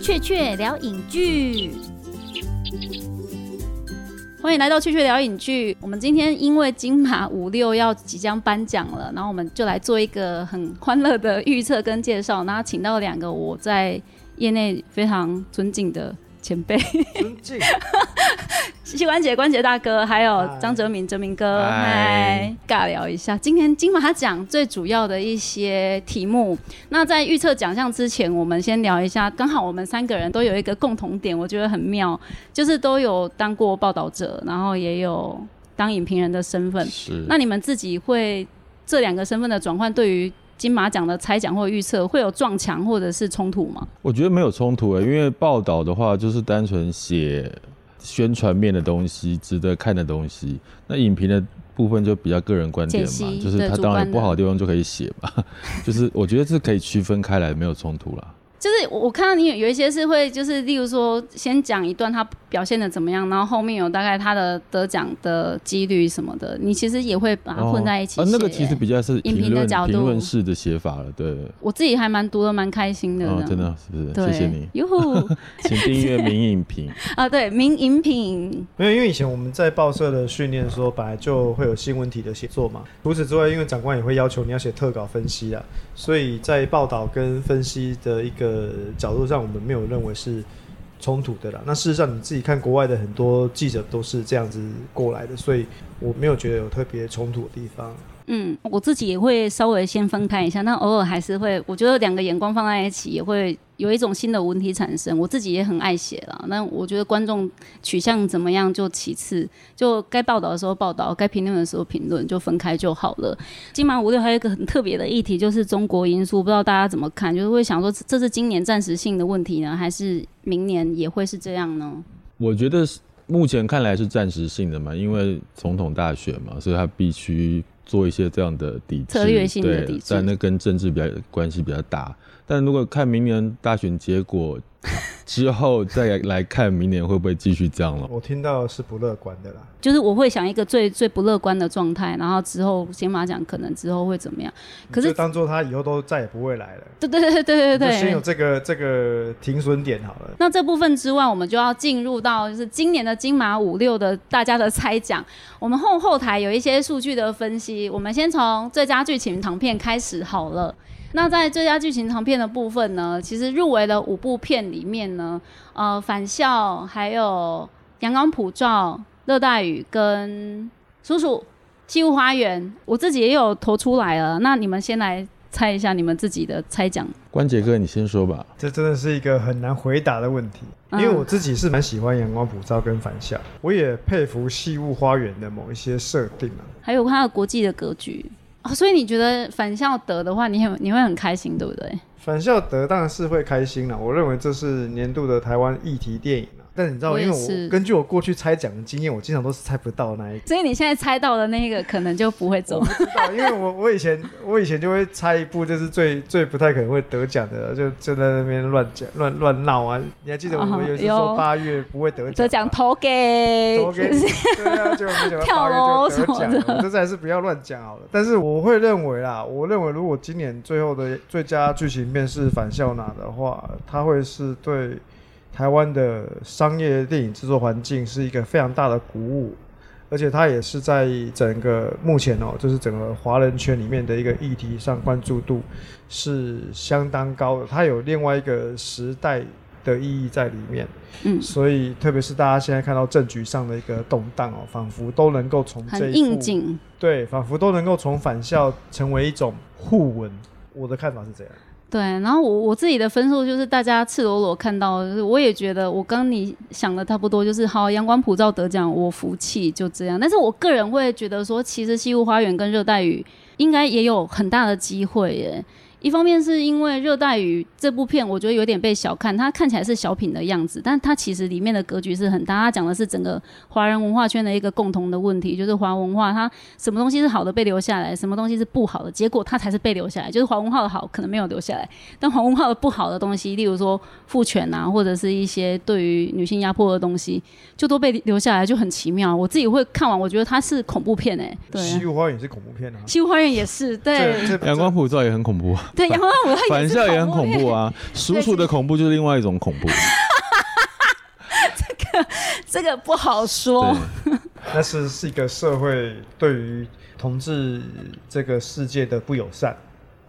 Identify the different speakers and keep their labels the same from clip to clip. Speaker 1: 雀雀聊影剧。欢迎来到雀雀聊影剧。我们今天因为金马五六要即将颁奖了，然后我们就来做一个很欢乐的预测跟介绍，然后请到两个我在业内非常尊敬的前辈，
Speaker 2: 尊敬，
Speaker 1: 膝关节关节大哥，还有
Speaker 2: 嗨
Speaker 1: 张哲明哲明哥，嗨
Speaker 3: 嗨，
Speaker 1: 尬聊一下。今天金马奖最主要的一些题目，那在预测奖项之前，我们先聊一下。刚好我们三个人都有一个共同点，我觉得很妙，就是都有当过报道者，然后也有当影评人的身份。
Speaker 3: 是
Speaker 1: 那你们自己会这两个身份的转换，对于金马奖的猜奖或预测会有撞墙或者是冲突吗？
Speaker 3: 我觉得没有冲突诶、欸因为报道的话就是单纯写宣传面的东西，值得看的东西。那影评的部分就比较个人观点
Speaker 1: 解
Speaker 3: 嘛
Speaker 1: 析，
Speaker 3: 就是
Speaker 1: 对
Speaker 3: 它
Speaker 1: 主
Speaker 3: 当
Speaker 1: 观
Speaker 3: 然
Speaker 1: 的
Speaker 3: 不好的地方就可以写嘛， 就是我觉得是可以区分开来，没有冲突啦。
Speaker 1: 就是我我看到你有有一些是会，就是例如说，先讲一段他表现的怎么样，然后后面有大概他的得奖的几率什么的，你其实也会把它混在一起写、
Speaker 3: 啊，那个其实比较是
Speaker 1: 影评
Speaker 3: 评
Speaker 1: 的
Speaker 3: 论
Speaker 1: 角度
Speaker 3: 评论式的写法了，对，
Speaker 1: 我自己还蛮读的，蛮开心的、
Speaker 3: 哦，真的是不是？
Speaker 1: 对，
Speaker 3: 谢谢你，
Speaker 1: 哟 吼
Speaker 3: 请订阅名影评，
Speaker 1: 啊，对，名饮品
Speaker 2: 没有，因为以前我们在报社的训练说，本来就会有新闻体的写作嘛。除此之外，因为长官也会要求你要写特稿分析啊，所以在报道跟分析的一个角度上，我们没有认为是冲突的啦。那事实上，你自己看国外的很多记者都是这样子过来的，所以我没有觉得有特别冲突的地方。
Speaker 1: 嗯，我自己也会稍微先分开一下，那偶尔还是会，我觉得两个眼光放在一起，也会有一种新的文体产生。我自己也很爱写啦，那我觉得观众取向怎么样就其次，就该报道的时候报道，该评论的时候评论，就分开就好了。金马五六还有一个很特别的议题，就是中国因素，不知道大家怎么看，就是会想说，这是今年暂时性的问题呢，还是明年也会是这样呢？
Speaker 3: 我觉得是目前看来是暂时性的嘛，因为总统大选嘛，所以他必须做一些这样的抵制，
Speaker 1: 策略性的
Speaker 3: 对
Speaker 1: 抵制
Speaker 3: 但那跟政治比较关系比较大。但如果看明年大选结果之后，再来看明年会不会继续这 样了？
Speaker 2: 我听到是不乐观的啦。
Speaker 1: 就是我会想一个最最不乐观的状态，然后之后金马奖可能之后会怎么样？可是
Speaker 2: 就当做他以后都再也不会来了。
Speaker 1: 对对对对对
Speaker 2: 就先有
Speaker 1: 对。
Speaker 2: 这个这个停损点好了。
Speaker 1: 那这部分之外，我们就要进入到就是今年的金马五六的大家的猜奖。我们后后台有一些数据的分析，我们先从最佳剧情长片开始好了。那在最佳剧情长片的部分呢，其实入围了五部片里面呢，呃，《返校》还有《阳光普照》《热带雨》跟《叔叔西屋花园》，我自己也有投出来了。那你们先来猜一下你们自己的猜奖。
Speaker 3: 关杰哥，你先说吧。
Speaker 2: 这真的是一个很难回答的问题，因
Speaker 1: 嗯
Speaker 2: 为我自己是蛮喜欢阳光普照跟返校，我也佩服西雾花园的某一些设定啊。
Speaker 1: 还有它的国际的格局哦，所以你觉得返校得的话，你很你会很开心，对不对？
Speaker 2: 返校得当然是会开心啊了，我认为这是年度的台湾议题电影啊。但你知道，
Speaker 1: 我也
Speaker 2: 因为
Speaker 1: 是
Speaker 2: 我根据我过去猜奖的经验，我经常都是猜不到那一个。
Speaker 1: 所以你现在猜到的那个可能就不会
Speaker 2: 我
Speaker 1: 中
Speaker 2: 不。知道，因为我我以前我以前就会猜一部，就是最最不太可能会得奖的，就就在那边乱讲乱乱闹啊。你还记得我们有一次
Speaker 1: 哦有
Speaker 2: 说八月不会得奖吗，
Speaker 1: 得奖投给
Speaker 2: 投给你，对啊，就没想到
Speaker 1: 跳
Speaker 2: 八
Speaker 1: 楼
Speaker 2: 月就得
Speaker 1: 什
Speaker 2: 奖
Speaker 1: 么
Speaker 2: 了。我这次还是不要乱讲好了。但是我会认为啦，我认为如果今年最后的最佳剧情片是返校拿的话，它会是对台湾的商业电影制作环境是一个非常大的鼓舞。而且它也是在整个目前哦，就是整个华人圈里面的一个议题上关注度是相当高的，它有另外一个时代的意义在里面。
Speaker 1: 嗯，
Speaker 2: 所以特别是大家现在看到政局上的一个动荡哦，仿佛都能够从嗯这一
Speaker 1: 很
Speaker 2: 步
Speaker 1: 应景。
Speaker 2: 对，仿佛都能够从返校成为一种互文。我的看法是这样，
Speaker 1: 对，然后我我自己的分数就是大家赤裸裸看到，就是我也觉得我跟你想的差不多，就是好阳光普照得奖，我服气就这样。但是我个人会觉得说，其实西屋花园跟热带雨应该也有很大的机会耶。一方面是因为《热带雨》这部片，我觉得有点被小看，它看起来是小品的样子，但它其实里面的格局是很大。它讲的是整个华人文化圈的一个共同的问题，就是华文化它什么东西是好的被留下来，什么东西是不好的，结果它才是被留下来。就是华文化的好可能没有留下来，但华文化的不好的东西，例如说父权啊，或者是一些对于女性压迫的东西，就都被留下来，就很奇妙。我自己会看完，我觉得它是恐怖片哎、
Speaker 2: 《西
Speaker 1: 对，
Speaker 2: 域花园》也是恐怖片啊。
Speaker 1: 西屋花园也是对。
Speaker 2: 这这
Speaker 3: 阳光普照也很恐怖啊，
Speaker 1: 对，杨万武他也是
Speaker 3: 反校也很
Speaker 1: 恐
Speaker 3: 恐
Speaker 1: 怖
Speaker 3: 怖啊， 叔叔的恐怖就是另外一种恐 怖。
Speaker 1: 这个不好说
Speaker 3: 对。，
Speaker 2: 那是是一个社会对于同志这个世界的不友善，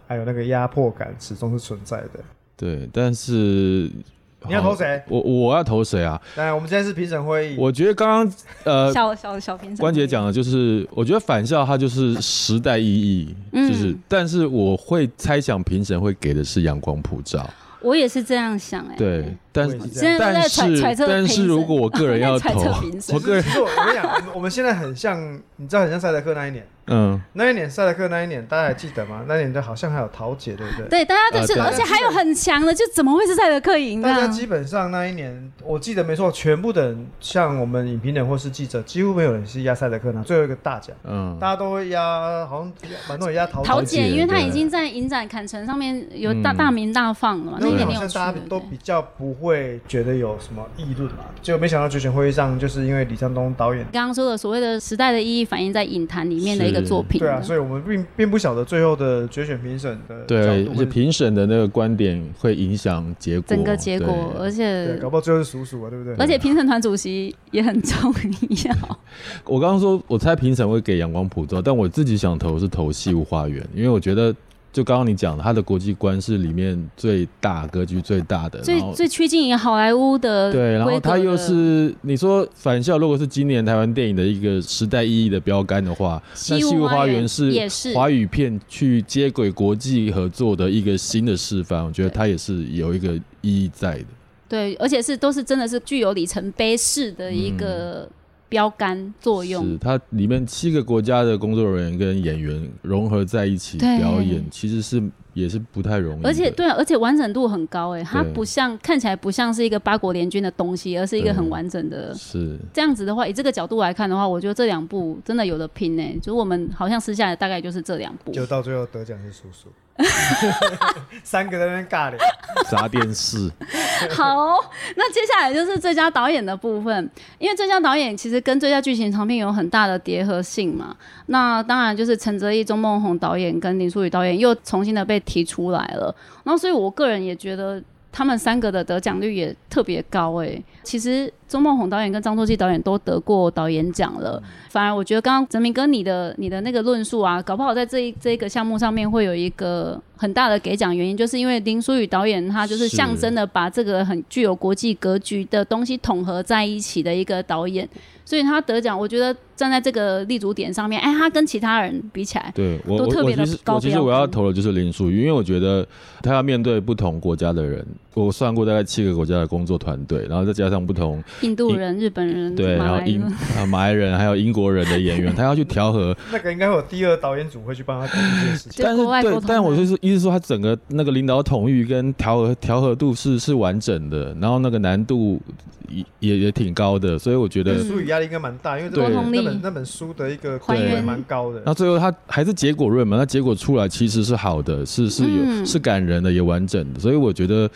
Speaker 2: 还有那个压迫感始终是存在的。
Speaker 3: 对，但是
Speaker 2: 你要投谁？
Speaker 3: 我我要投谁啊？
Speaker 2: 当然，我们今天是评审会议，
Speaker 3: 我觉得刚刚呃，
Speaker 1: 小小小平
Speaker 3: 关姐，讲的就是，我觉得返校它就是时代意义，
Speaker 1: 嗯
Speaker 3: 就是，但是我会猜想评审会给的是阳光普照，
Speaker 1: 我也是这样想哎、
Speaker 3: 对，但
Speaker 2: 我也是这
Speaker 1: 现在
Speaker 2: 样
Speaker 3: 但
Speaker 1: 都在揣
Speaker 3: 是
Speaker 1: 揣测
Speaker 3: 但
Speaker 1: 评
Speaker 3: 是
Speaker 1: 审
Speaker 3: 如果 我个人要
Speaker 1: 在揣
Speaker 3: 投
Speaker 1: 测评，审
Speaker 3: 我
Speaker 2: 其实
Speaker 3: 个人
Speaker 2: 其实我我跟你讲，我们我们现在很像，你知道，很像赛德克那一年。
Speaker 3: 嗯，
Speaker 2: 那一年赛德克那一年，大家还记得吗？那一年的好像还有桃姐，对不对？
Speaker 1: 对，大家就是，
Speaker 3: 呃对
Speaker 1: 而且还有很强的，就怎么会是赛德克赢的
Speaker 2: 大
Speaker 1: 啊？
Speaker 2: 家基本上那一年，我记得没错，全部的人，像我们影评人或是记者，几乎没有人是压赛德克拿最后一个大奖，
Speaker 3: 嗯
Speaker 2: 大，家都会压，好像蛮多人压桃
Speaker 1: 桃
Speaker 3: 姐
Speaker 1: 姐，因为她
Speaker 3: 对
Speaker 1: 已经在影展砍城上面有大、
Speaker 3: 嗯
Speaker 1: 大名大放了嘛，那
Speaker 2: 因
Speaker 1: 一
Speaker 2: 为
Speaker 1: 年你
Speaker 2: 好
Speaker 1: 有
Speaker 2: 像
Speaker 1: 去
Speaker 2: 大家
Speaker 1: 对
Speaker 2: 都
Speaker 1: 不对
Speaker 2: 比较不会觉得有什么议论嘛，结果没想到决选会议上，就是因为李尚东导演，
Speaker 1: 刚刚说的所谓的时代的意义反映在影坛里面的一个
Speaker 3: 是
Speaker 1: 作品
Speaker 2: 对啊，
Speaker 1: 了
Speaker 2: 所以我们并并不晓得最后的决选评审的
Speaker 3: 对，
Speaker 2: 角
Speaker 3: 而
Speaker 2: 度
Speaker 3: 且
Speaker 2: 会是
Speaker 3: 评审的那个观点会影响结果，
Speaker 1: 整个结
Speaker 3: 对
Speaker 1: 果，而
Speaker 2: 对，
Speaker 1: 且
Speaker 2: 搞不好最后是叔叔啊，对不对？
Speaker 1: 而且评审团主席也很重要。
Speaker 3: 我刚刚说，我猜评审会给阳光普照，但我自己想投是投西湖花园，因为我觉得就刚刚你讲的，它的国际观是里面最大格局最大的，
Speaker 1: 最
Speaker 3: 然后
Speaker 1: 最趋近于好莱坞的
Speaker 3: 对，然后
Speaker 1: 呃规格
Speaker 3: 它又
Speaker 1: 的
Speaker 3: 是你说返校，如果是今年台湾电影的一个时代意义的标杆的话，那
Speaker 1: 西
Speaker 3: 西湖花园
Speaker 1: 园
Speaker 3: 是
Speaker 1: 也是
Speaker 3: 华语片去接轨国际合作的一个新的示范，我觉得它也是有一个意义在的。
Speaker 1: 对，而且是都是真的是具有里程碑式的一个标杆作用。
Speaker 3: 嗯是它里面七个国家的工作人员跟演员融合在一起
Speaker 1: 对
Speaker 3: 表演，其实是也是不太容易的。
Speaker 1: 而且对啊，而且完整度很高哎、它
Speaker 3: 对
Speaker 1: 不像看起来不像是一个八国联军的东西，而是一个
Speaker 3: 对
Speaker 1: 很完整的。
Speaker 3: 是
Speaker 1: 这样子的话，以这个角度来看的话，我觉得这两部真的有的拼呢、欸就我们好像私下的大概就是这两部，
Speaker 2: 就到最后得奖是叔叔，三个在那边尬聊。
Speaker 3: 砸电视，
Speaker 1: 好、那接下来就是最佳导演的部分，因为最佳导演其实跟最佳剧情长片有很大的叠合性嘛。那当然就是陈哲艺、钟孟宏导演跟林书宇导演又重新的被提出来了。然后，所以我个人也觉得他们三个的得奖率也特别高诶、其实钟孟宏导演跟张作骥导演都得过导演奖了，反而我觉得刚刚哲明哥你的你的那个论述啊，搞不好在这一这一个项目上面会有一个很大的给奖原因，就是因为林书宇导演他就是
Speaker 3: 是
Speaker 1: 象征的把这个很具有国际格局的东西统合在一起的一个导演，所以他得奖，我觉得站在这个立足点上面，哎，他跟其他人比起来，
Speaker 3: 对我
Speaker 1: 都特
Speaker 3: 我我
Speaker 1: 别的
Speaker 3: 其实
Speaker 1: 高
Speaker 3: 我其实
Speaker 1: 标嗯
Speaker 3: 我要
Speaker 1: 杆
Speaker 3: 投的就是林书宇，因为我觉得他要面对不同国家的人，我算过大概七个国家的工作团队，然后再加上不同
Speaker 1: 印度人、日本人、
Speaker 3: 对，
Speaker 1: 马
Speaker 3: 然后
Speaker 1: 来
Speaker 3: 英
Speaker 1: 人，
Speaker 3: 啊马来人还有英国人的演员，他要去调和
Speaker 2: 那个应该会有第二导演组会去帮他搞这件事情。
Speaker 1: 就
Speaker 3: 但是
Speaker 1: 国外沟
Speaker 3: 对
Speaker 1: 通，
Speaker 3: 但我
Speaker 1: 的
Speaker 3: 就是意思说，它整个那个领导统御跟调和调和度是是完整的，然后那个难度也也也挺高的，所以我觉
Speaker 1: 嗯
Speaker 3: 得，
Speaker 2: 这书语压力应该蛮大，因为这
Speaker 3: 对
Speaker 2: 本
Speaker 3: 沟
Speaker 1: 通力
Speaker 2: 那本那本书的一个
Speaker 1: 还
Speaker 2: 规格
Speaker 1: 原
Speaker 2: 蛮高的
Speaker 3: 那。最后它还是结果论嘛，那结果出来其实是好的，是是有、
Speaker 1: 嗯
Speaker 3: 是感人的，也完整的，所以我觉得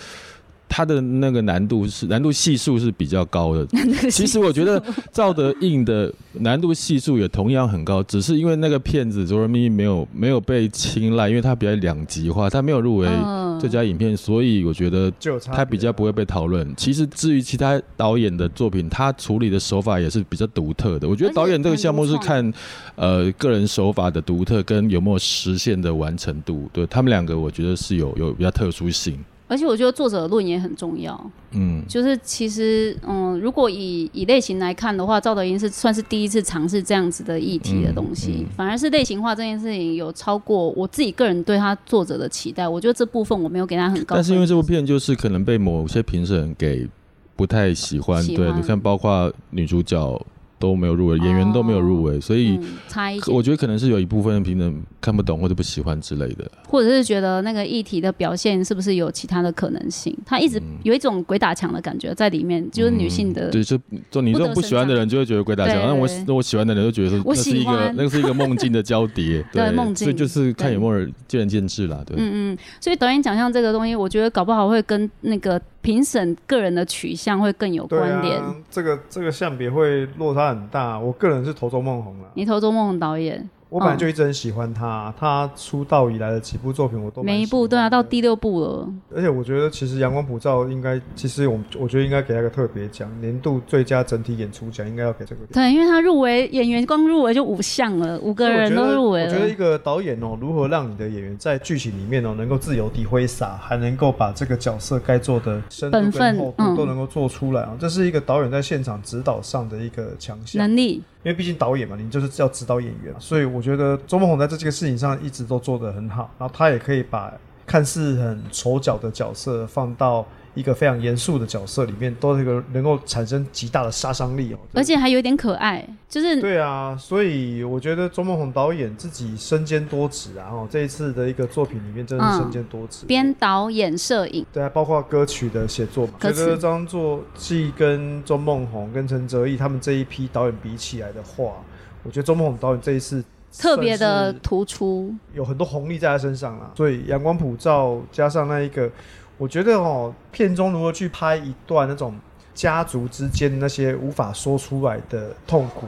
Speaker 3: 它的那个难度是难度系数是比较高 的，其实我觉得赵德胤的难度系数也同样很高，只是因为那个片子《卓人秘密》没有没有被青睐，因为它比较两极化，它没有入围
Speaker 1: 嗯
Speaker 3: 最佳影片，所以我觉得
Speaker 2: 就有差别
Speaker 3: 它比较不会被讨论。其实至于其他导演的作品，他处理的手法也是比较独特的。我觉得导演这个项目是看呃个人手法的独特跟有没有实现的完成度，对他们两个我觉得是有有比较特殊性。
Speaker 1: 而且我觉得作者论也很重要，
Speaker 3: 嗯，
Speaker 1: 就是其实嗯，如果以以类型来看的话，赵德胤是算是第一次尝试这样子的议题的东西，
Speaker 3: 嗯嗯
Speaker 1: 反而是类型化这件事情有超过我自己个人对他作者的期待，我觉得这部分我没有给他很高分，
Speaker 3: 但是因为这部片就是可能被某些评审给不太喜欢，
Speaker 1: 喜
Speaker 3: 对，
Speaker 1: 欢
Speaker 3: 你看包括女主角都没有入围，演员都没有入围，所以
Speaker 1: 嗯、差一
Speaker 3: 可
Speaker 1: 点
Speaker 3: 我觉得可能是有一部分的评审看不懂或者不喜欢之类的。
Speaker 1: 或者是觉得那个议题的表现是不是有其他的可能性？他一直
Speaker 2: 嗯
Speaker 1: 有一种鬼打墙的感觉在里面，就是女性的。
Speaker 3: 对，就就你这种不喜欢的人就会觉得鬼打墙，
Speaker 1: 不得
Speaker 3: 啊那我
Speaker 1: 伸张
Speaker 3: 那我喜欢的人就觉得说
Speaker 1: 我
Speaker 3: 那是一
Speaker 1: 喜
Speaker 3: 个
Speaker 1: 欢
Speaker 3: 那是一个梦境的 交叠，
Speaker 1: 对
Speaker 3: 对，
Speaker 1: 梦境
Speaker 3: 所以就是看有没有人见仁见智啦，对，
Speaker 1: 嗯嗯，所以导演奖项这个东西，我觉得搞不好会跟那个评审个人的取向会更有
Speaker 2: 对啊
Speaker 1: 关联。
Speaker 2: 啊，这个这个项别会落差很大。我个人是投中梦红了，
Speaker 1: 嗯你投周梦红导演，
Speaker 2: 我本来就一直很喜欢他，他出道以来的几部作品我都蛮
Speaker 1: 每一
Speaker 2: 喜
Speaker 1: 部
Speaker 2: 欢
Speaker 1: 对啊，
Speaker 2: 的
Speaker 1: 到第六部了，
Speaker 2: 而且我觉得，其实《阳光普照》应该，其实我们我觉得应该给他一个特别奖，年度最佳整体演出奖应该要给这个。
Speaker 1: 对，因为他入围演员光入围就五项了，五个人都入围
Speaker 2: 我觉得
Speaker 1: 了
Speaker 2: 一，个导演哦，如何让你的演员在剧情里面哦能够自由地挥洒，还能够把这个角色该做的深度
Speaker 1: 本
Speaker 2: 跟
Speaker 1: 分
Speaker 2: 厚度
Speaker 1: 嗯
Speaker 2: 都能够做出来啊、这是一个导演在现场指导上的一个强项。
Speaker 1: 能力
Speaker 2: 因为毕竟导演嘛，你就是要指导演员，所以我觉得周梦红在这个事情上一直都做得很好，然后他也可以把看似很丑角的角色放到一个非常严肃的角色里面，都是一个能够产生极大的杀伤力哦。
Speaker 1: 而且还有点可爱，就是
Speaker 2: 对啊，所以我觉得周梦红导演自己身兼多职啊，哦，这一次的一个作品里面真的是身兼多
Speaker 1: 嗯
Speaker 2: 职，
Speaker 1: 编嗯导演、摄影，
Speaker 2: 对啊，包括歌曲的写作嘛。
Speaker 1: 歌
Speaker 2: 觉
Speaker 1: 词
Speaker 2: 得张作骥跟周梦红跟陈哲艺他们这一批导演比起来的话，我觉得周梦红导演这一次
Speaker 1: 特别的
Speaker 2: 算是
Speaker 1: 突出，
Speaker 2: 有很多红利在他身上啦。所以阳光普照加上那一个，我觉得哦，片中如何去拍一段那种家族之间那些无法说出来的痛苦，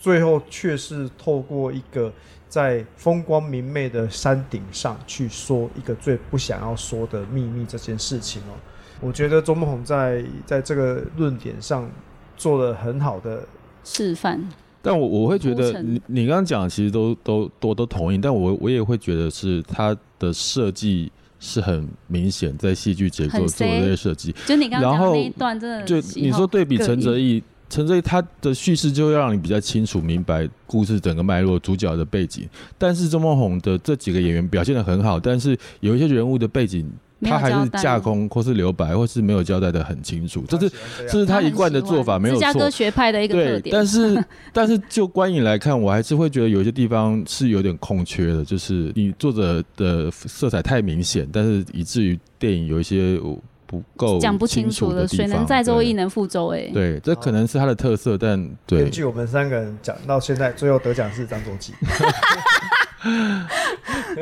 Speaker 2: 最后却是透过一个在风光明媚的山顶上去说一个最不想要说的秘密这件事情哦。我觉得周梦红在在这个论点上做了很好的
Speaker 1: 示范，
Speaker 3: 但我我会觉
Speaker 1: 铺
Speaker 3: 得
Speaker 1: 陈
Speaker 3: 你你刚刚讲，其实都都都都同意，但我我也会觉得是它的设计是很明显在戏剧结构
Speaker 1: 很
Speaker 3: 做的这些设计。
Speaker 1: 就你刚刚
Speaker 3: 然
Speaker 1: 讲的
Speaker 3: 后
Speaker 1: 那一段，真的
Speaker 3: 就
Speaker 1: 喜好
Speaker 3: 你说对比
Speaker 1: 各
Speaker 3: 陈
Speaker 1: 异
Speaker 3: 哲艺，陈哲艺他的叙事就会让你比较清楚明白故事整个脉络、主角的背景。但是周梦红的这几个演员表现的很好，但是有一些人物的背景，
Speaker 1: 没有
Speaker 3: 他还
Speaker 1: 交
Speaker 3: 是
Speaker 1: 代
Speaker 3: 架空或是留白，或是没有交代的很清楚。这是
Speaker 2: 哦是啊
Speaker 3: 这是他一贯的做法，没有
Speaker 1: 芝加
Speaker 3: 错
Speaker 1: 哥。学派的一个特
Speaker 3: 对，
Speaker 1: 点，
Speaker 3: 但是但是就观影来看，我还是会觉得有一些地方是有点空缺的，就是你作者的色彩太明显，但是以至于电影有一些不够
Speaker 1: 讲不清
Speaker 3: 清
Speaker 1: 楚
Speaker 3: 的地
Speaker 1: 水能
Speaker 3: 方
Speaker 1: 载舟，
Speaker 3: 对
Speaker 1: 亦能覆舟，哎，
Speaker 3: 对，这可能是他的特色，但对
Speaker 2: 根，据我们三个人讲到现在，最后得奖是张作骥。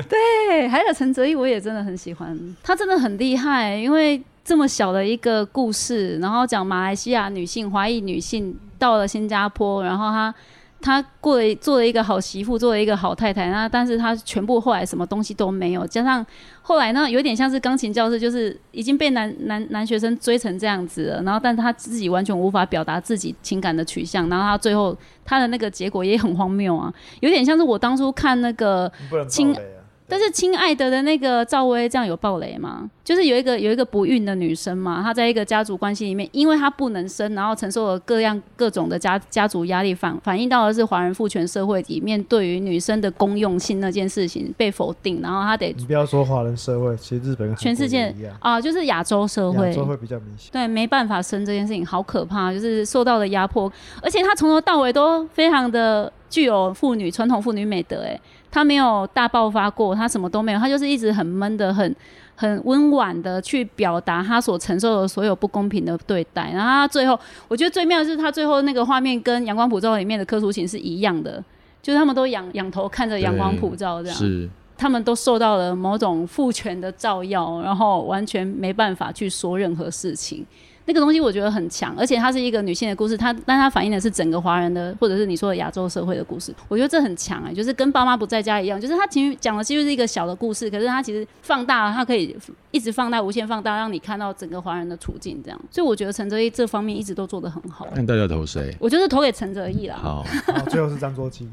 Speaker 1: 对，还有陈哲艺，我也真的很喜欢，他真的很厉害，因为这么小的一个故事，然后讲马来西亚女性、华裔女性到了新加坡，然后她她过了做了一个好媳妇，做了一个好太太，那但是她全部后来什么东西都没有，加上后来呢，有点像是钢琴教室，就是已经被男男男学生追成这样子了，然后但她自己完全无法表达自己情感的取向，然后她最后她的那个结果也很荒谬啊，有点像是我当初看那个。
Speaker 2: 你不能爆
Speaker 1: 亲
Speaker 2: 雷啊！
Speaker 1: 但是亲爱的的那个赵薇这样有暴雷吗？就是有一个有一个不孕的女生嘛，她在一个家族关系里面，因为她不能生，然后承受了各样各种的家家族压力，反反映到的是华人父权社会里面对于女生的公用性那件事情被否定，然后她得
Speaker 2: 你不要说华人社会，其实日本跟韩国
Speaker 1: 全世界
Speaker 2: 也一样，
Speaker 1: 啊、就是亚洲社
Speaker 2: 亚
Speaker 1: 会，
Speaker 2: 洲会比较明 显。
Speaker 1: 对，没办法生这件事情好可怕，就是受到的压迫，而且她从头到尾都非常的具有妇女传统妇女美德，哎，她没有大爆发过，她什么都没有，她就是一直很闷的、很 很温婉的去表达她所承受的所有不公平的对待，然后她最后，我觉得最妙的是她最后那个画面跟《阳光普照》里面的柯淑琴是一样的，就是他们都仰仰头看着阳光普照这样，
Speaker 3: 是
Speaker 1: 他们都受到了某种父权的照耀，然后完全没办法去说任何事情。那个东西我觉得很强，而且它是一个女性的故事，它但它反映的是整个华人的，或者是你说的亚洲社会的故事。我觉得这很强哎、就是跟《爸妈不在家》一样，就是它其实讲的就是一个小的故事，可是它其实放大了，它可以一直放大、无限放大，让你看到整个华人的处境这样。所以我觉得陈哲艺这方面一直都做得很好。
Speaker 3: 看大家投谁。
Speaker 1: 我就是投给陈哲艺啦。
Speaker 3: 好，
Speaker 2: 好，最后是张作骥，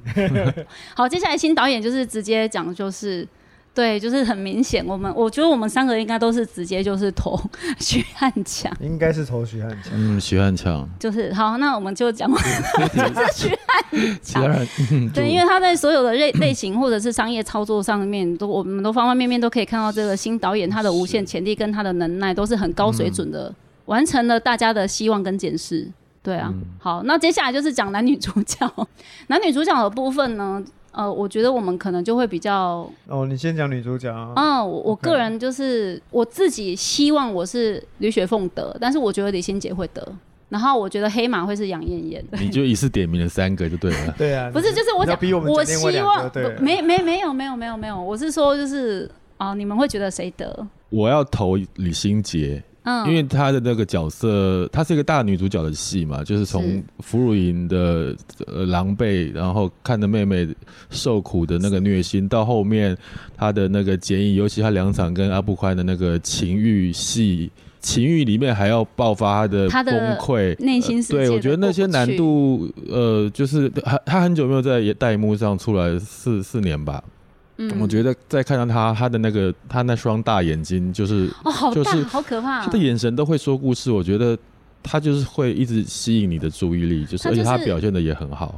Speaker 1: 好，接下来新导演就是直接讲，就是对，就是很明显，我们我觉得我们三个应该都是直接就是投 徐汉强，
Speaker 2: 应该是投徐汉强。
Speaker 3: 嗯，徐汉强，
Speaker 1: 就是好，那我们就讲完 就是徐
Speaker 3: 其他人嗯
Speaker 1: 对，
Speaker 3: 就
Speaker 1: 因为他在所有的类类型或者是商业操作上面，都我们都方方面面都可以看到这个新导演他的无限潜力跟他的能耐都是很高水准
Speaker 3: 嗯
Speaker 1: 的，完成了大家的希望跟检视。对啊，
Speaker 3: 嗯
Speaker 1: 好，那接下来就是讲男女主角， 男女主角的部分呢，呃，我觉得我们可能就会比较
Speaker 2: 哦，你先讲女主角啊。。
Speaker 1: 嗯，我我个人就是我自己希望我是吕雪凤得，但是我觉得李心洁会得，然后我觉得黑马会是杨艳艳。
Speaker 3: 你就一次点名了三个就对了
Speaker 2: 对啊，
Speaker 1: 不是，就是我
Speaker 2: 你要
Speaker 1: 讲
Speaker 2: 逼我，们
Speaker 1: 我
Speaker 2: 讲
Speaker 1: 希
Speaker 2: 另外两
Speaker 1: 望
Speaker 2: 个对
Speaker 1: 不没没没有没有没有没有，我是说就是啊、你们会觉得谁得？
Speaker 3: 我要投李心洁，
Speaker 1: 嗯，
Speaker 3: 因为她的那个角色，她是一个大女主角的戏嘛，就是
Speaker 1: 是
Speaker 3: 从俘虏营的呃狼狈，然后看着妹妹受苦的那个虐心，到后面她的那个剪影，尤其她两场跟阿布宽的那个情欲戏，情欲里面还要爆发她的
Speaker 1: 她的
Speaker 3: 崩溃。
Speaker 1: 内心世界的
Speaker 3: 呃对，我觉得那些
Speaker 1: 过不去
Speaker 3: 难度，呃，就是她她很久没有在弹幕上出来四四年吧，
Speaker 1: 嗯，得
Speaker 3: 我觉得再看到她她的那个她那双大眼睛，就是
Speaker 1: 哦，好
Speaker 3: 就
Speaker 1: 大，
Speaker 3: 是
Speaker 1: 好可怕
Speaker 3: 他的，眼神都会说故事，我觉得他就是会一直吸引你的注意力，就是
Speaker 1: 他
Speaker 3: 而
Speaker 1: 就
Speaker 3: 且
Speaker 1: 是
Speaker 3: 他表现的也很好，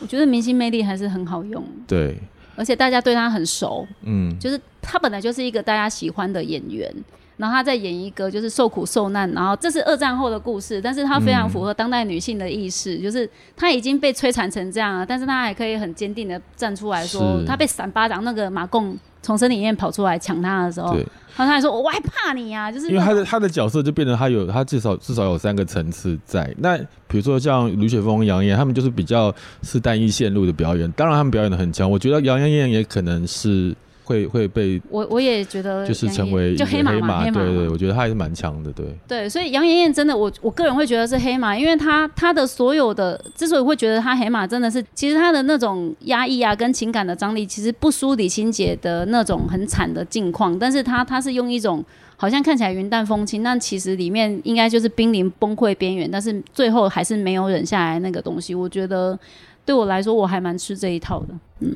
Speaker 1: 我觉得明星魅力还是很好用，
Speaker 3: 对，
Speaker 1: 而且大家对他很熟，
Speaker 3: 嗯，
Speaker 1: 就是他本来就是一个大家喜欢的演员，然后他在演一个就是受苦受难，然后这是二战后的故事，但是他非常符合当代女性的意识，就是他已经被摧残成这样了，但是他还可以很坚定的站出来说，
Speaker 3: 是
Speaker 1: 他被闪巴掌那个马贡从森林里面跑出来抢他的时候，
Speaker 3: 对，
Speaker 1: 然后他还说我还怕你呀、就是
Speaker 3: 因为
Speaker 1: 那
Speaker 3: 他的
Speaker 1: 种
Speaker 3: 他的角色就变成他有他至少至少有三个层次在。那比如说像卢雪峰、杨艳，他们就是比较是单一线路的表演，当然他们表演的很强，我觉得杨艳艳也可能是会会被
Speaker 1: 我我也觉得
Speaker 3: 就
Speaker 1: 呃
Speaker 3: 是
Speaker 1: 杨
Speaker 3: 成
Speaker 1: 颖
Speaker 3: 为一
Speaker 1: 就
Speaker 3: 个
Speaker 1: 黑马嘛，黑
Speaker 3: 对
Speaker 1: 马嘛
Speaker 3: 对，我觉得他还是蛮强的，对，
Speaker 1: 对，所以杨妍妍真的，我我个人会觉得是黑马，因为她她的所有的之所以会觉得她黑马，真的是其实她的那种压抑啊，跟情感的张力，其实不输李心洁的那种很惨的境况，但是她她是用一种好像看起来云淡风轻，但其实里面应该就是濒临崩溃边缘，但是最后还是没有忍下来那个东西。我觉得对我来说，我还蛮吃这一套的。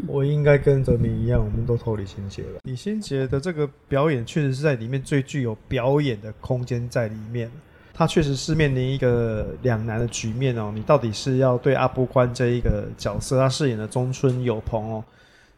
Speaker 2: 我应该跟着你一样，我们都投李心洁了。李心洁的这个表演确实是在里面最具有表演的空间在里面。她确实是面临一个两难的局面哦，你到底是要对阿波关这一个角色，她饰演的中村有朋哦，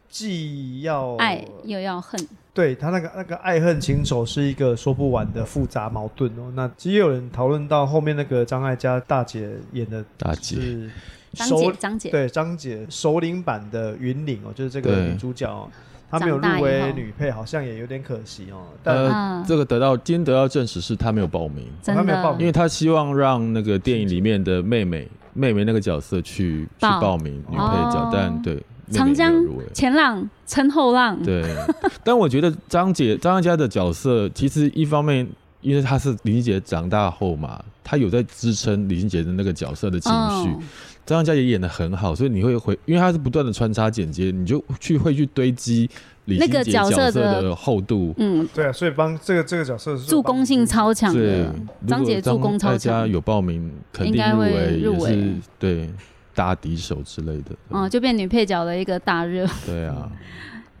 Speaker 2: 既要
Speaker 1: 爱又要恨，
Speaker 2: 对他那个那个爱恨情仇是一个说不完的复杂矛盾哦。那其实也有人讨论到后面那个张艾嘉大姐演的
Speaker 3: 大姐，
Speaker 2: 是
Speaker 1: 张
Speaker 2: 首
Speaker 1: 姐张姐，
Speaker 2: 对张姐首领版的云岭哦，就是这个
Speaker 3: 对
Speaker 2: 女主角、哦，她没有
Speaker 1: 长大
Speaker 2: 入
Speaker 1: 以后
Speaker 2: 围女配，好像也有点可惜哦。但、
Speaker 3: 呃，
Speaker 1: 啊
Speaker 3: 这个得到今天得到证实是他没有报名。
Speaker 1: 真
Speaker 2: 她没有报
Speaker 1: 的
Speaker 2: 名
Speaker 3: 因为他希望让那个电影里面的妹妹妹妹那个角色去去
Speaker 1: 报
Speaker 3: 报名女配角
Speaker 1: 哦，
Speaker 3: 但对妹
Speaker 1: 长
Speaker 3: 妹没有
Speaker 1: 江
Speaker 3: 入围。
Speaker 1: 前浪称后浪，
Speaker 3: 对， 但我觉得张姐张艾嘉的角色，其实一方面，因为她是林心杰长大后嘛，她有在支撑林心杰的那个角色的情绪。
Speaker 1: 嗯
Speaker 3: 张艾嘉也演的很好，所以你会回，因为她是不断的穿插剪接，你就去会去堆积李
Speaker 1: 那
Speaker 3: 心
Speaker 1: 个
Speaker 3: 杰
Speaker 1: 角色
Speaker 3: 色
Speaker 1: 的
Speaker 3: 的厚度。
Speaker 1: 嗯，
Speaker 2: 对啊，所以帮这个这个角色是
Speaker 1: 助攻性超强
Speaker 3: 对
Speaker 1: 的，，
Speaker 3: 如
Speaker 1: 张
Speaker 3: 果
Speaker 1: 姐助攻超
Speaker 3: 艾嘉
Speaker 1: 强，
Speaker 3: 有报名，肯
Speaker 1: 应
Speaker 3: 定
Speaker 1: 该
Speaker 3: 入
Speaker 1: 会
Speaker 3: 围，
Speaker 1: 入
Speaker 3: 也
Speaker 1: 围
Speaker 3: 是对大敌手之类的。
Speaker 1: 嗯，，就变嗯女配角的一个大热。
Speaker 3: 对啊，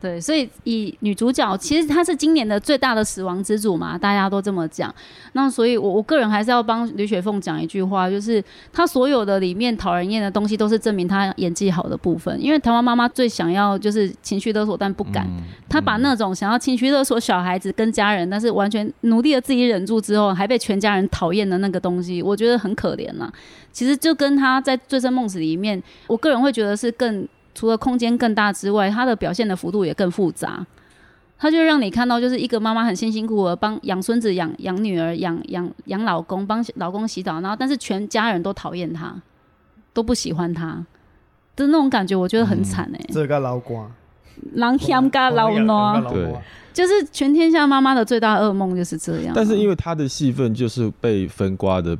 Speaker 1: 对，所以以女主角，其实她是今年的最大的死亡之主嘛，大家都这么讲。那所以我，我个人还是要帮吕雪凤讲一句话，就是她所有的里面讨人厌的东西，都是证明她演技好的部分。因为台湾妈妈最想要就是情绪勒索，但不敢。她把那种想要情绪勒索小孩子跟家人，但是完全努力的自己忍住之后，还被全家人讨厌的那个东西，我觉得很可怜呐、啊其实就跟她在《醉生梦死》里面，我个人会觉得是更除了空间更大之外，它的表现的幅度也更复杂。它就让你看到，就是一个妈妈很辛辛苦苦地帮养孙子、养养女儿、养养养老公，帮老公洗澡，然后但是全家人都讨厌她，都不喜欢她的那种感觉，我觉得很惨哎、
Speaker 2: 这个老瓜，
Speaker 1: 狼嫌加老
Speaker 2: 老
Speaker 1: 孬，
Speaker 2: 瓜
Speaker 3: 对
Speaker 1: 就是全天下妈妈的最大噩梦就是这样。啊
Speaker 3: 但是因
Speaker 1: 为
Speaker 3: 为她的戏份就是被分刮的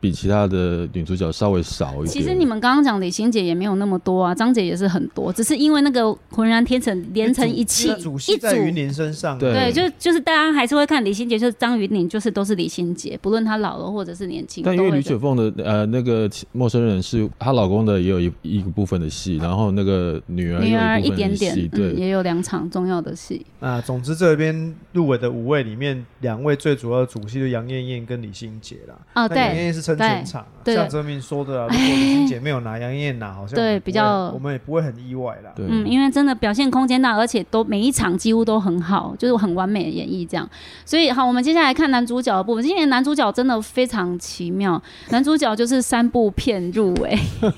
Speaker 3: 比其他的女主角稍微少一点。
Speaker 1: 其实你们刚刚讲李心姐也没有那么多啊，张姐也是很多，只是因为那个浑然天成连成一气，
Speaker 2: 主
Speaker 1: 一
Speaker 2: 戏在云林身上啊，
Speaker 3: 对
Speaker 1: 对，就就是大家还是会看李心洁，就是张云宁，就是都是李心洁，不论她老了或者是年轻，
Speaker 3: 但因为
Speaker 1: 都会
Speaker 3: 吕
Speaker 1: 觉
Speaker 3: 雪
Speaker 1: 得
Speaker 3: 凤的呃那个陌生人是她老公的也有一一个部分的戏，然后那个女儿也
Speaker 1: 女儿
Speaker 3: 有
Speaker 1: 一
Speaker 3: 部分
Speaker 1: 点
Speaker 3: 的
Speaker 1: 点，
Speaker 3: 戏，对
Speaker 1: 嗯，，也有两场重要的戏，
Speaker 2: 啊，总之这边入围的五位里面，两位最主要的主戏就杨艳艳跟李心洁啦。
Speaker 1: 哦
Speaker 2: 那杨艳
Speaker 1: 对
Speaker 2: 艳是撑全场、啊，
Speaker 1: 对对
Speaker 2: 像泽明说的啊，如果李心洁没有拿，杨艳艳拿，好像
Speaker 1: 对
Speaker 2: 我们
Speaker 1: 比较
Speaker 2: 不会我们也不会很意外啦。
Speaker 3: 对
Speaker 1: 嗯，因为真的表现空间大，而且都每一场几乎都很好，就是很完美的演绎这样。所以好，我们接下来看男主角的部分。今年男主角真的非常奇妙，男主角就是三部片入围，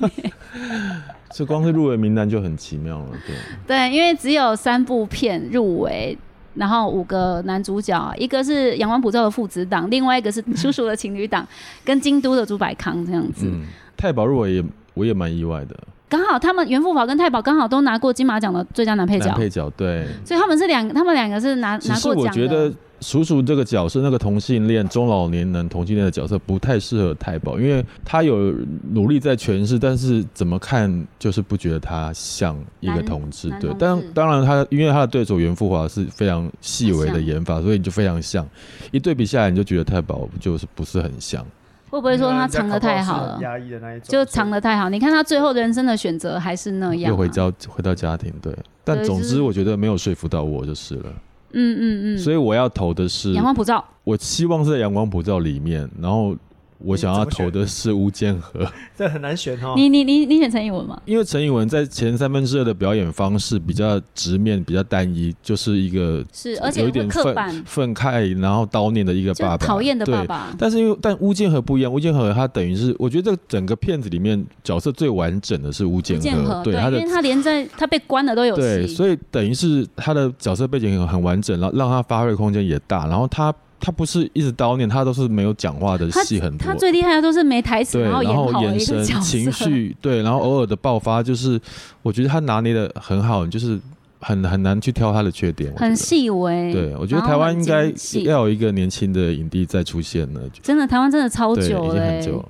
Speaker 3: 这光是入围名单就很奇妙了，对。
Speaker 1: 对，因为只有三部片入围。然后五个男主角，一个是阳光普照的父子档，另外一个是叔叔的
Speaker 3: 嗯
Speaker 1: 情侣档，跟京都的朱百康这样子。
Speaker 3: 嗯，太保入围也我也蛮意外的，
Speaker 1: 刚好他们袁富宝跟太保刚好都拿过金马奖的最佳男配角
Speaker 3: 男，配角对。
Speaker 1: 所以他们是两，他们两个是拿
Speaker 3: 只
Speaker 1: 拿
Speaker 3: 是
Speaker 1: 过奖的。
Speaker 3: 我觉得叔叔这个角色，那个同性恋中老年人同性恋的角色不太适合太保，因为他有努力在诠释，但是怎么看就是不觉得他像一个
Speaker 1: 男
Speaker 3: 同志。
Speaker 1: 男
Speaker 3: 对，
Speaker 1: 同
Speaker 3: 但
Speaker 1: 志
Speaker 3: 当然他因为他的对手袁富华是非常细微的
Speaker 1: 像
Speaker 3: 演法，所以你就非常像，一对比下来你就觉得太保就是不是很像。
Speaker 1: 会不会说他藏的太好
Speaker 2: 人家搞不
Speaker 1: 了
Speaker 2: 是？压抑的那一种，
Speaker 1: 就藏的太好，你看他最后人生的选择还是那样、啊。
Speaker 3: 哦又回家回到家庭，对。但
Speaker 1: 对
Speaker 3: 总
Speaker 1: 就是
Speaker 3: 之，我觉得没有说服到我就是了。
Speaker 1: 嗯嗯嗯。
Speaker 3: 所以我要投的是，
Speaker 1: 阳光普照，
Speaker 3: 我希望是在阳光普照里面，然后我想
Speaker 1: 嗯
Speaker 3: 要投的是吴建和，
Speaker 2: 这很难选哦。
Speaker 1: 你你你你选陈以文吗？
Speaker 3: 因为陈以文在前三分之二的表演方式比较直面，比较单一，就是一个
Speaker 1: 是，而且
Speaker 3: 有一
Speaker 1: 会
Speaker 3: 点
Speaker 1: 刻
Speaker 3: 愤
Speaker 1: 板，
Speaker 3: 愤慨，然后叨念的一个
Speaker 1: 就
Speaker 3: 爸爸，
Speaker 1: 讨厌的爸
Speaker 3: 对
Speaker 1: 爸。
Speaker 3: 但是因为但巫建和不一样，巫建和他等于是，我觉得这整个片子里面角色最完整的是巫建
Speaker 1: 吴建和
Speaker 3: 对
Speaker 1: 对，
Speaker 3: 他
Speaker 1: 因
Speaker 3: 的
Speaker 1: 为他连在他被关了都有
Speaker 3: 对，
Speaker 1: 戏，
Speaker 3: 所以等于是他的角色背景很很完整，然后让他发挥的空间也大，然后他他不是一直叨念，他都是没有讲话的
Speaker 1: 他
Speaker 3: 戏很多
Speaker 1: 他。最厉害的都是没台词，
Speaker 3: 对，
Speaker 1: 后
Speaker 3: 然
Speaker 1: 演
Speaker 3: 后
Speaker 1: 好的
Speaker 3: 眼
Speaker 1: 一
Speaker 3: 神
Speaker 1: 个、角色。
Speaker 3: 情绪，对，然后偶尔的爆发，就是我觉得他拿捏的很好，就是很很难去挑他的缺点。我觉
Speaker 1: 很
Speaker 3: 得
Speaker 1: 细微。
Speaker 3: 对，我觉
Speaker 1: 然
Speaker 3: 得
Speaker 1: 后
Speaker 3: 台湾
Speaker 1: 很
Speaker 3: 应该
Speaker 1: 精细
Speaker 3: 要有一个年轻的影帝再出现了，
Speaker 1: 真的台湾真的超
Speaker 3: 对，已
Speaker 1: 久
Speaker 3: 经
Speaker 1: 了、
Speaker 3: 很
Speaker 1: 欸，
Speaker 3: 久了。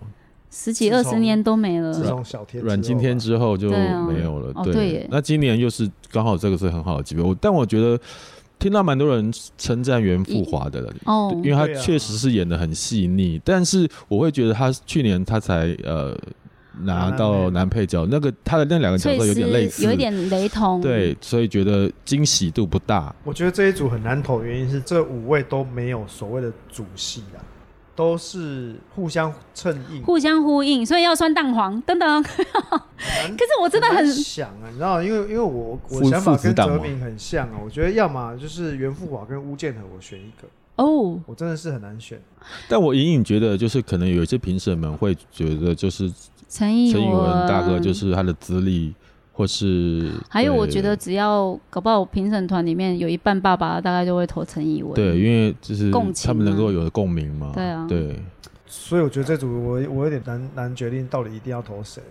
Speaker 1: 十几二十年都没
Speaker 2: 自
Speaker 1: 了。
Speaker 2: 从小天之后啊
Speaker 3: 阮经天之后就
Speaker 1: 对啊
Speaker 3: 没有了。
Speaker 1: 哦
Speaker 3: 对，
Speaker 1: 对耶
Speaker 3: 那今年又是刚好这个是很好的机会，我但我觉得听到蛮多人称赞袁富华的了。
Speaker 1: 哦
Speaker 3: 对，因为他
Speaker 2: 对啊
Speaker 3: 确实是演的很细腻，但是我会觉得他去年他才呃
Speaker 2: 拿
Speaker 3: 拿到
Speaker 2: 男配
Speaker 3: 男配角，那个他的那两个角
Speaker 1: 翠
Speaker 3: 色有
Speaker 1: 丝
Speaker 3: 点类似，
Speaker 1: 有一点雷同。，
Speaker 3: 对，
Speaker 2: 嗯
Speaker 3: 所以觉得惊喜度不大。
Speaker 2: 我觉得这一组很难投，原因是这五位都没有所谓的主戏啦，都是互相衬映。
Speaker 1: 互相呼应，所以要算蛋黄等等。可
Speaker 2: 很难
Speaker 1: 是我哦真的很
Speaker 2: 很难想啊，你知道，因为因为我我
Speaker 3: 父
Speaker 2: 想法
Speaker 3: 父子
Speaker 2: 跟
Speaker 3: 档
Speaker 2: 哲
Speaker 3: 嘛
Speaker 2: 明很像啊，我觉得要么就是袁富华跟巫建和，我选一个，
Speaker 1: 哦，
Speaker 2: 我真的是很难选。
Speaker 3: 但我隐隐觉得，就是可能有一些评审们会觉得，就是
Speaker 1: 陈以
Speaker 3: 陈以文
Speaker 1: 文
Speaker 3: 大哥就是他的资历，或是
Speaker 1: 还有，我
Speaker 3: 对
Speaker 1: 觉得只要搞不好评审团里面有一半爸爸，大概就会投陈以文。
Speaker 3: 对，，因为就是
Speaker 1: 共
Speaker 3: 他
Speaker 1: 情
Speaker 3: 们能
Speaker 1: 嘛
Speaker 3: 够有共鸣嘛。
Speaker 1: 对啊
Speaker 3: 对，
Speaker 2: 所以我觉得这组我我有点难难决定到底一定要投谁。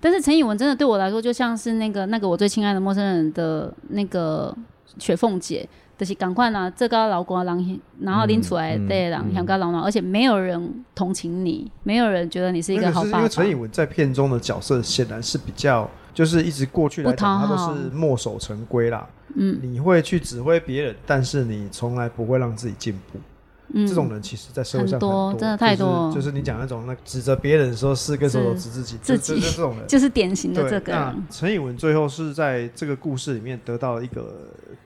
Speaker 1: 但是陈以文真的对我来说，就像是那个那个我最亲爱的陌生人的那个雪凤姐，就是赶快拿嗯这个老公人，然后拎出来
Speaker 3: 嗯嗯
Speaker 1: 对人，香港老老，而且没有人同情你，没有人觉得你是一
Speaker 2: 那
Speaker 1: 好
Speaker 2: 是
Speaker 1: 爸爸
Speaker 2: 因为。陈以文在片中的角色显然是比较，就是一直过去来
Speaker 1: 不讨
Speaker 2: 讲，他
Speaker 1: 好
Speaker 2: 都是墨守成规啦。
Speaker 1: 嗯
Speaker 2: 你会去指挥别人，但是你从来不会让自己进步。
Speaker 1: 嗯，
Speaker 2: 这种人其实，在社会上
Speaker 1: 很多
Speaker 2: 很
Speaker 1: 真的太多
Speaker 2: 就是。就是你讲那种那指着别人的时候，是跟手
Speaker 1: 是
Speaker 2: 指自己，
Speaker 1: 自
Speaker 2: 就
Speaker 1: 己
Speaker 2: 就就这种人。
Speaker 1: 就是典型的
Speaker 2: 对，
Speaker 1: 这个嗯
Speaker 2: 那
Speaker 1: 人。
Speaker 2: 陈以文最后是在这个故事里面得到一个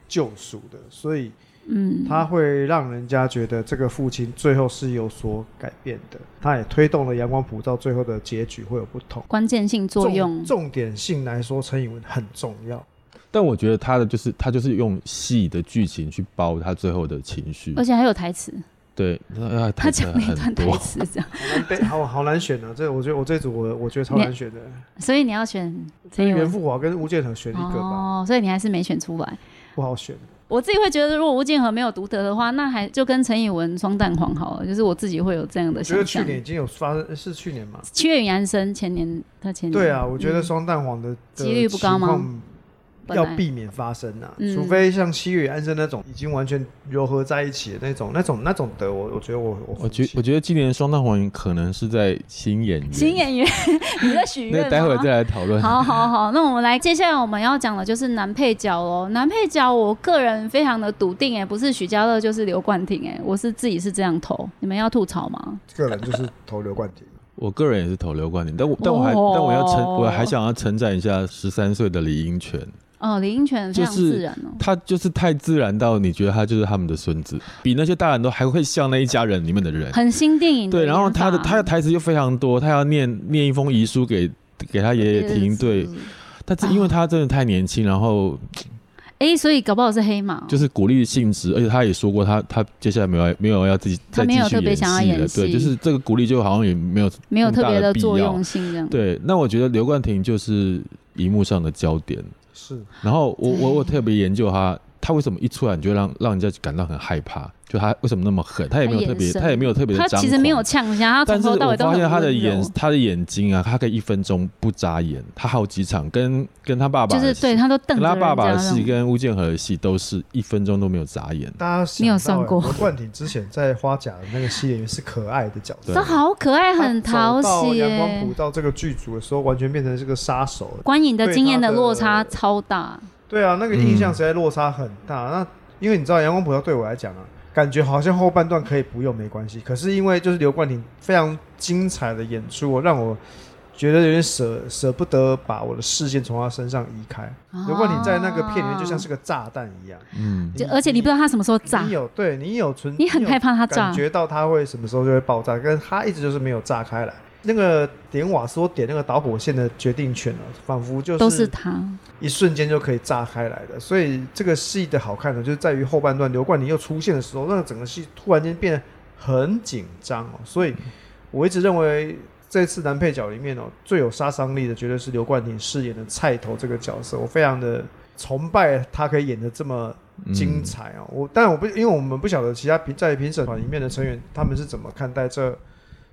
Speaker 2: 救赎的，所以
Speaker 1: 嗯，
Speaker 2: 他会让人家觉得这个父亲最后是有所改变的，他也推动了阳光普照最后的结局会有不同。
Speaker 1: 关键性作
Speaker 2: 重
Speaker 1: 用。
Speaker 2: 重点性来说，陈以文很重要。
Speaker 3: 但我觉得他的就是他就是用戏的剧情去包他最后的情绪
Speaker 1: 而，且还有台词，
Speaker 3: 对，那
Speaker 1: 呃他
Speaker 3: 他
Speaker 1: 讲了一段
Speaker 3: 很
Speaker 1: 台
Speaker 3: 多，
Speaker 1: 词，这样，
Speaker 2: 好难被好好难选啊！这我觉得我这组我我觉得超难选的，
Speaker 1: 所以你要选陈以
Speaker 2: 袁
Speaker 1: 文
Speaker 2: 富华跟吴建衡选一个吧，
Speaker 1: 哦，所以你还是没选出来。
Speaker 2: 不好选。
Speaker 1: 我自己会觉得，如果吴建和没有独得的话，那还就跟陈以文双蛋黄好了，就是我自己会有这样的
Speaker 2: 我觉得
Speaker 1: 想
Speaker 2: 去
Speaker 1: 象。
Speaker 2: 年已经有发生，是去年嘛？
Speaker 1: 七月与安生前年，他前年
Speaker 2: 对啊，我觉得
Speaker 1: 嗯
Speaker 2: 双蛋黄的的
Speaker 1: 几率不高吗
Speaker 2: 情况
Speaker 1: 本
Speaker 2: 要
Speaker 1: 来
Speaker 2: 避免发生啊，
Speaker 1: 嗯
Speaker 2: 除非像七月与安生那种已经完全糅合在一起的那种，那种那种的，我我觉得我我
Speaker 3: 我觉
Speaker 2: 服气
Speaker 3: 我觉得今年双蛋黄可能是在新演员，
Speaker 1: 新演员， 你在许愿
Speaker 3: 那
Speaker 1: 吗？
Speaker 3: 待会儿再来讨论。
Speaker 1: 好好好，那我们来，接下来我们要讲的就是男配角喽。男配角，我个人非常的笃定、哎，不是许家乐就是刘冠廷、哎，我是自己是这样投。你们要吐槽吗？
Speaker 2: 个人就是投刘冠廷，
Speaker 3: 我个人也是投刘冠廷，但我但我还、
Speaker 1: 哦
Speaker 3: 但我要称我还想要称赞一下十三岁的李英权，
Speaker 1: 哦，林英权非常
Speaker 3: 就是
Speaker 1: 自然哦、
Speaker 3: 他就是太自然到你觉得他就是他们的孙子，比那些大人都还会像那一家人里面的人。
Speaker 1: 很新电影的
Speaker 3: 对，然后
Speaker 1: 演
Speaker 3: 他的
Speaker 1: 法
Speaker 3: 他的台词又非常多，他要念念一封遗书给给他爷爷听。对，但是因为他真的太年轻，然后
Speaker 1: 哎、所以搞不好是黑马，
Speaker 3: 就是鼓励性质，而且他也说过他他接下来没有要没有要自己
Speaker 1: 他
Speaker 3: 再
Speaker 1: 没
Speaker 3: 继
Speaker 1: 有
Speaker 3: 续
Speaker 1: 特别
Speaker 3: 演
Speaker 1: 想要
Speaker 3: 戏
Speaker 1: 演
Speaker 3: 了。对，
Speaker 1: 戏
Speaker 3: 就是这个鼓励就好像也没有
Speaker 1: 没有
Speaker 3: 更
Speaker 1: 特
Speaker 3: 大
Speaker 1: 别
Speaker 3: 的
Speaker 1: 的
Speaker 3: 必
Speaker 1: 作
Speaker 3: 要
Speaker 1: 用性这样。
Speaker 3: 对。那我觉得刘冠廷就是荧幕上的焦点，
Speaker 2: 是
Speaker 3: 然后我我
Speaker 1: 对
Speaker 3: 我特别研究他他为什么一出来你就让让人家感到很害怕？就他为什么那么狠？他也没有特别，
Speaker 1: 他眼神
Speaker 3: 他也没有特别的
Speaker 1: 他
Speaker 3: 张狂。
Speaker 1: 其实没有呛虾，他
Speaker 3: 但
Speaker 1: 从
Speaker 3: 是
Speaker 1: 头到
Speaker 3: 我
Speaker 1: 尾都
Speaker 3: 发
Speaker 1: 很
Speaker 3: 现他的
Speaker 1: 温柔
Speaker 3: 眼，他的眼睛啊，他可以一分钟不眨眼。他好几场跟跟他爸爸
Speaker 1: 就
Speaker 3: 的
Speaker 1: 是
Speaker 3: 戏
Speaker 1: 对，他都瞪
Speaker 3: 跟
Speaker 1: 着
Speaker 3: 他
Speaker 1: 人家
Speaker 3: 爸爸的
Speaker 1: 那
Speaker 3: 戏
Speaker 1: 种。
Speaker 3: 跟吴建和的戏都是一分钟都没有眨眼。
Speaker 2: 大家想
Speaker 1: 你有
Speaker 2: 到欸
Speaker 1: 算过
Speaker 2: 罗冠廷之前在花甲的那个戏演员是可爱的角色，
Speaker 3: 对
Speaker 1: 这好可爱， 很讨
Speaker 2: 他走到
Speaker 1: 喜
Speaker 2: 阳光普
Speaker 1: 耶。
Speaker 2: 照这个剧组的时候，完全变成是个杀手了。
Speaker 1: 观影的经验的落差
Speaker 2: 对
Speaker 1: 超大，
Speaker 2: 对啊，那个印
Speaker 1: 嗯
Speaker 2: 象实在落差很大。那因为你知道，阳光普照对我来讲啊，感觉好像后半段可以不用没关系。可是因为就是刘冠廷非常精彩的演出哦，让我觉得有点舍舍不得把我的视线从他身上移开。
Speaker 1: 哦
Speaker 2: 刘冠廷在那个片里面就像是个炸弹一样，
Speaker 3: 嗯，
Speaker 1: 啊就而且你不知道他什么时候炸
Speaker 2: 你，有对你有存，
Speaker 1: 你很
Speaker 2: 有
Speaker 1: 害怕他炸
Speaker 2: 感。觉到它会什么时候就会爆炸，但是它一直就是没有炸开来。那个点瓦斯或点那个导火线的决定权啊，仿佛就
Speaker 1: 都是
Speaker 2: 是
Speaker 1: 他，
Speaker 2: 一瞬间就可以炸开来的。所以这个戏的好看呢，就是在于后半段刘冠霖又出现的时候，让整个戏突然间变得很紧张哦。所以我一直认为这次男配角里面哦，最有杀伤力的绝对是刘冠廷饰演的菜头这个角色，我非常的崇拜他可以演的这么
Speaker 3: 嗯
Speaker 2: 精彩哦！我但我不，因为我们不晓得其他评在评审团里面的成员他们是怎么看待这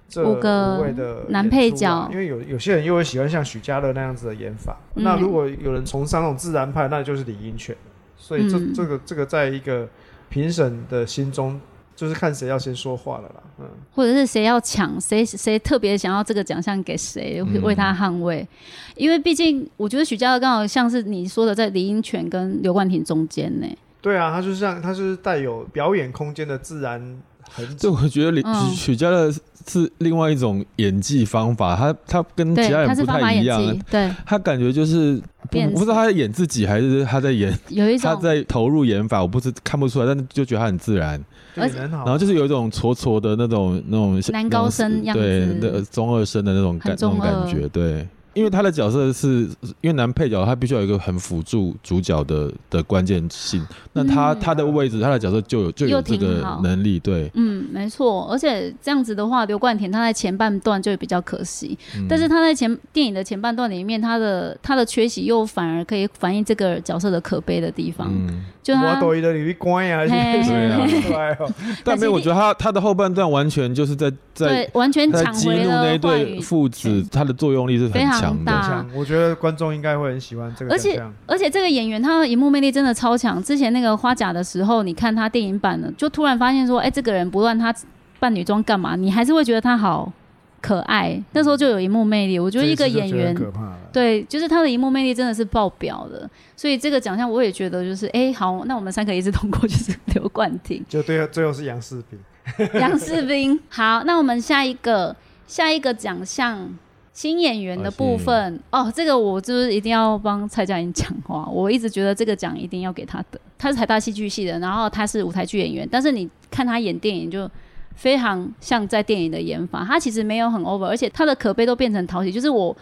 Speaker 2: 这
Speaker 1: 五个
Speaker 2: 位的
Speaker 1: 男
Speaker 2: 演出啊
Speaker 1: 配角
Speaker 2: 因为有有些人又会喜欢像许家乐那样子的演法。
Speaker 1: 嗯
Speaker 2: 那如果有人崇尚那种自然派，那就是李英权。所以这、
Speaker 1: 嗯
Speaker 2: 这个这个，在一个评审的心中，就是看谁要先说话了啦。嗯，
Speaker 1: 或者是谁要抢，谁谁特别想要这个奖项给谁，
Speaker 3: 嗯
Speaker 1: 为他捍卫。因为毕竟，我觉得许家乐刚好像是你说的，在李英权跟刘冠廷中间呢。
Speaker 3: 嗯
Speaker 2: 对啊，他就是像他就是带有表演空间的自然痕迹。
Speaker 3: 这我觉得李
Speaker 1: 嗯
Speaker 3: 许许家乐是另外一种演技方法，他他跟
Speaker 1: 对
Speaker 3: 其他，
Speaker 1: 他
Speaker 3: 人
Speaker 1: 是
Speaker 3: 不
Speaker 1: 方法
Speaker 3: 太一
Speaker 1: 演
Speaker 3: 样。
Speaker 1: 技，对，
Speaker 3: 他感觉就是不
Speaker 1: 变
Speaker 3: 我不知道他在演自己还是他在演
Speaker 1: 有一
Speaker 3: 他
Speaker 1: 种
Speaker 3: 在投入演法，我不是看不出来，但是就觉得他很自然，
Speaker 2: 对，很好。
Speaker 3: 然后就是有一种挫挫的那种那种
Speaker 1: 男高
Speaker 3: 那
Speaker 1: 生
Speaker 3: 种
Speaker 1: 样
Speaker 3: 对
Speaker 1: 子，
Speaker 3: 那中二生的那种感
Speaker 1: 很
Speaker 3: 那
Speaker 1: 中
Speaker 3: 种
Speaker 1: 二
Speaker 3: 感觉，对。因为他的角色是，因为男配角他必须要有一个很辅助主角的的关键性，那他、
Speaker 1: 嗯
Speaker 3: 他的位置他的角色就有就有
Speaker 1: 又
Speaker 3: 这
Speaker 1: 挺
Speaker 3: 个
Speaker 1: 好
Speaker 3: 能力，对。
Speaker 1: 嗯，没错，而且这样子的话，刘冠廷他在前半段就比较可惜，
Speaker 3: 嗯
Speaker 1: 但是他在前电影的前半段里面，他的他的缺席又反而可以反映这个角色的可悲的地方，
Speaker 3: 嗯，
Speaker 1: 就
Speaker 2: 我
Speaker 1: 他
Speaker 2: 抖音的里关呀，
Speaker 1: 嘿
Speaker 2: 对啊，
Speaker 3: 嘿
Speaker 2: 对啊。
Speaker 3: 但没有，我觉得他他的后半段完全就是在在
Speaker 1: 对完全
Speaker 3: 在
Speaker 1: 抢
Speaker 3: 激
Speaker 1: 回
Speaker 3: 怒那
Speaker 1: 了
Speaker 3: 一
Speaker 1: 话
Speaker 3: 对
Speaker 1: 语，
Speaker 3: 父子，他的作用力是很
Speaker 1: 非常
Speaker 3: 强的。
Speaker 1: 大
Speaker 2: 强，我觉得观众应该会很喜欢这个
Speaker 1: 啊而
Speaker 2: 奖
Speaker 1: 且
Speaker 2: 项。
Speaker 1: 而且这个演员他的荧幕魅力真的超强。之前那个花甲的时候，你看他电影版的，就突然发现说，哎、这个人不论他扮女装干嘛，你还是会觉得他好可爱。那时候就有荧幕魅力，我觉得一个
Speaker 2: 这次
Speaker 1: 演
Speaker 2: 觉得很
Speaker 1: 员
Speaker 2: 可怕了。、
Speaker 1: 对，就是他的荧幕魅力真的是爆表的，所以这个奖项我也觉得就是，哎、好，那我们三个一致通过，就是 刘冠廷
Speaker 2: 就对，最后是杨世平。
Speaker 1: 杨世斌。好，那我们下一个下一个奖项新演员的部分哦，这个我就是一定要帮蔡佳颖讲话，我一直觉得这个奖一定要给他的，他是台大戏剧系的，然后他是舞台剧演员，但是你看他演电影就。非常像在电影的演法，他其实没有很 over，而且他的可悲都变成讨喜。就是我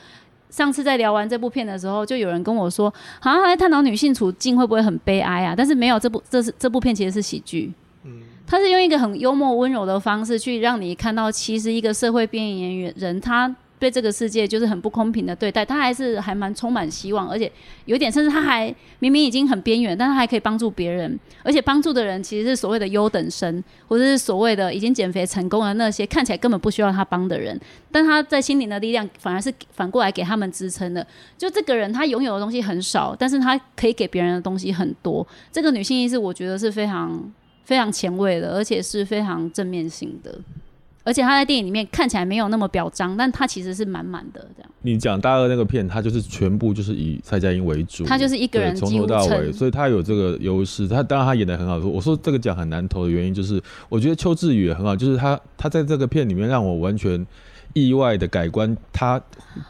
Speaker 1: 上次在聊完这部片的时候，就有人跟我说，好像在探讨女性处境会不会很悲哀啊？但是没有，这部这是这部片其实是喜剧，
Speaker 2: 嗯，
Speaker 1: 他是用一个很幽默温柔的方式去让你看到，其实一个社会边缘人他。对这个世界就是很不公平的对待，他还是还蛮充满希望，而且有一点甚至他还明明已经很边缘，但他还可以帮助别人，而且帮助的人其实是所谓的优等生，或者是所谓的已经减肥成功的那些看起来根本不需要他帮的人，但他在心灵的力量反而是反过来给他们支撑的。就这个人他拥有的东西很少，但是他可以给别人的东西很多，这个女性意识我觉得是非常非常前卫的，而且是非常正面性的。而且他在电影里面看起来没有那么表彰，但他其实是满满的这样。
Speaker 3: 你讲大二那个片，他就是全部就是以蔡佳音为主，
Speaker 1: 他就是一个人
Speaker 3: 对从
Speaker 1: 几
Speaker 3: 头
Speaker 1: 乎
Speaker 3: 到尾，
Speaker 1: 成，
Speaker 3: 所以他有这个优势。他当然他演的很好，我说这个奖很难投的原因就是，我觉得邱志宇也很好，就是他他在这个片里面让我完全意外的改观，他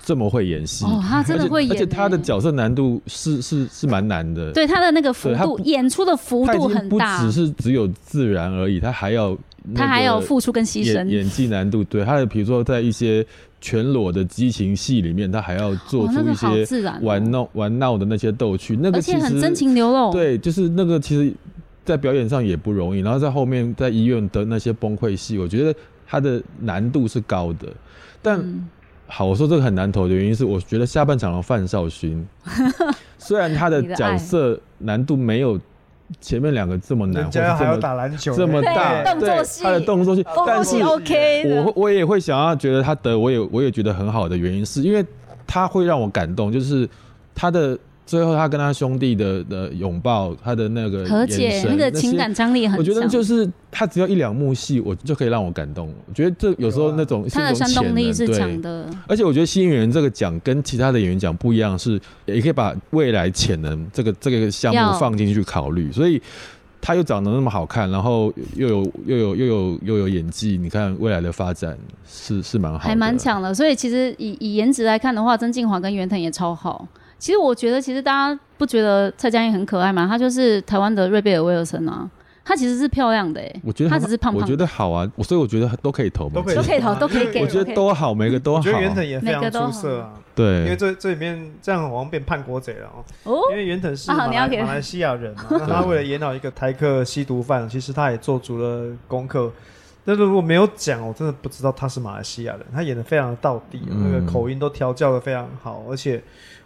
Speaker 3: 这么会演戏，
Speaker 1: 哦，他真的会演、欸
Speaker 3: 而且他的，角色难度是是是蛮难的，
Speaker 1: 对他的那个幅
Speaker 3: 对他
Speaker 1: 度
Speaker 3: 不，
Speaker 1: 演出的幅
Speaker 3: 他已
Speaker 1: 度
Speaker 3: 经
Speaker 1: 很
Speaker 3: 不
Speaker 1: 大
Speaker 3: 只，是只有自然而已，他还要那
Speaker 1: 他还
Speaker 3: 个
Speaker 1: 有付出跟牺
Speaker 3: 演
Speaker 1: 牲。
Speaker 3: 演技难度，对他的比如说在一些全裸的激情戏里面，他还要做
Speaker 1: 哦，那
Speaker 3: 出
Speaker 1: 个
Speaker 3: 一
Speaker 1: 好
Speaker 3: 些
Speaker 1: 自然哦、
Speaker 3: 玩闹、玩闹的那些逗趣，那个
Speaker 1: 而
Speaker 3: 其
Speaker 1: 且
Speaker 3: 实
Speaker 1: 很真情流露。
Speaker 3: 对，就是那个其实，在表演上也不容易，然后在后面在医院的那些崩溃戏，我觉得它的难度是高的，但
Speaker 1: 嗯，
Speaker 3: 好，我说这个很难投的原因是，我觉 得下半场的范少勋，虽然他的
Speaker 1: 你的爱
Speaker 3: 角色难度没有前面两个这么难，
Speaker 2: 人
Speaker 3: 或者
Speaker 2: 家还
Speaker 3: 这
Speaker 2: 要
Speaker 3: 么
Speaker 2: 打篮球，
Speaker 3: 这么
Speaker 1: 对
Speaker 3: 大，
Speaker 1: 动作
Speaker 3: 对
Speaker 1: 戏哦
Speaker 3: 他的动作戏，
Speaker 1: 动
Speaker 3: 但
Speaker 1: 作
Speaker 3: 是
Speaker 1: 戏 OK
Speaker 3: 我
Speaker 1: 的，
Speaker 3: 我也会想要觉得他得，我也我也觉得很好的原因，是因为他会让我感动，就是他的最后他跟他兄弟的的拥抱，他的那个
Speaker 1: 和解
Speaker 3: 眼神
Speaker 1: 那个
Speaker 3: 些
Speaker 1: 情感张力很强。
Speaker 3: 我觉得就是他只要一两幕戏，我就可以让我感动。我觉得这有时候那种是
Speaker 1: 啊他的
Speaker 3: 一种
Speaker 1: 煽动力是
Speaker 3: 潜能
Speaker 1: 强。
Speaker 3: 对
Speaker 1: 的，
Speaker 3: 而且我觉得新演员这个奖跟其他的演员奖不一样，是也可以把未来潜能这个这个项
Speaker 1: 要
Speaker 3: 目放进去考
Speaker 1: 嗯
Speaker 3: 虑，所以。他又长得那么好看，然后又有又有又有又有演技，你看未来的发展是是蛮好的，啊
Speaker 1: 还蛮。强的。所以其实以以颜值来看的话，曾静华跟袁腾也超好。其实我觉得，其实大家不觉得蔡佳颖很可爱吗？她就是台湾的瑞贝尔威尔森啊，她其实是漂亮的哎、
Speaker 3: 我觉得
Speaker 1: 她
Speaker 3: 很
Speaker 1: 只是胖
Speaker 3: 我
Speaker 1: 胖
Speaker 3: 觉得好啊，我所以我觉得都可以投嘛，
Speaker 2: 都可以
Speaker 1: 都可以投，都可以给，
Speaker 3: 我
Speaker 1: 都
Speaker 3: 觉
Speaker 1: 可
Speaker 3: 得
Speaker 1: 以
Speaker 3: 都好，每个都
Speaker 2: 我
Speaker 3: 好。啊
Speaker 2: 觉得袁腾也非
Speaker 1: 每
Speaker 2: 常
Speaker 1: 个都
Speaker 2: 出色啊，因为
Speaker 3: 对，
Speaker 2: 这这里面这样好像变叛国贼了哦。
Speaker 1: 哦，
Speaker 2: 因为袁腾是
Speaker 1: 啊
Speaker 2: 马
Speaker 1: 你要
Speaker 2: 来
Speaker 1: 给
Speaker 2: 马来西亚人 嘛，那他为了演好一个台客吸毒犯，其实他也做足了功课。但是如果没有讲，我真的不知道他是马来西亚人。他演的非常的到底，
Speaker 3: 嗯
Speaker 2: 那个口音都调教的非常好，而且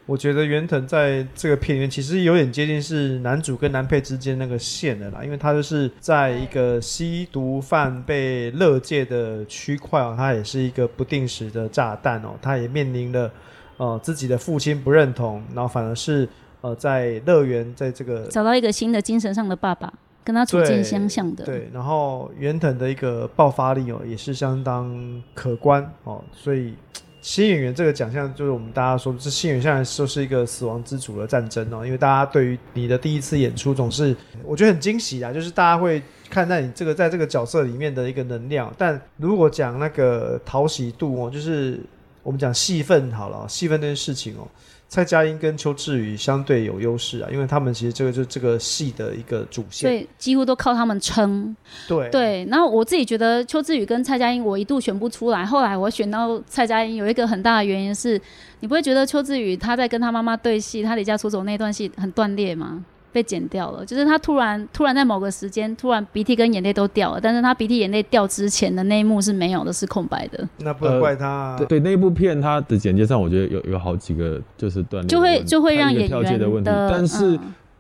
Speaker 2: 我觉得袁腾在这个片里面其实有点接近是男主跟男配之间那个线的啦，因为他就是在一个吸毒贩被乐界的区块哦，他也是一个不定时的炸弹哦，他也面临了呃自己的父亲不认同，然后反而是呃在乐园在这个
Speaker 1: 找到一个新的精神上的爸爸，跟他处境相像的，
Speaker 2: 对，然后袁腾的一个爆发力哦，也是相当可观哦，所以新演员这个奖项就是我们大家说，这新演员现在就是一个死亡之组的战争哦，因为大家对于你的第一次演出总是我觉得很惊喜啦，啊就是大家会看待你这个在这个角色里面的一个能量。但如果讲那个讨喜度哦，就是我们讲戏份好了哦、戏份这件事情哦。蔡佳音跟邱志宇相对有优势啊，因为他们其实这个就是这个戏的一个主
Speaker 1: 所
Speaker 2: 线。
Speaker 1: 以几乎都靠他们撑。
Speaker 2: 对
Speaker 1: 对，然后我自己觉得邱志宇跟蔡佳音，我一度选不出来，后来我选到蔡佳音，有一个很大的原因是，你不会觉得邱志宇他在跟他妈妈对戏，他离家出走那段戏很断裂吗？被剪掉了，就是他突然突然在某个时间，突然鼻涕跟眼泪都掉了，但是他鼻涕眼泪掉之前的那一幕是没有的，是空白的，
Speaker 2: 那不能怪他、啊
Speaker 3: 对对，那部片它的简介上，我觉得有有好几个就是断裂的
Speaker 1: 就
Speaker 3: 问
Speaker 1: 会
Speaker 3: 题，
Speaker 1: 就会
Speaker 3: 它
Speaker 1: 让
Speaker 3: 嗯一个
Speaker 1: 演
Speaker 3: 跳接
Speaker 1: 员
Speaker 3: 的问题，但是
Speaker 1: 嗯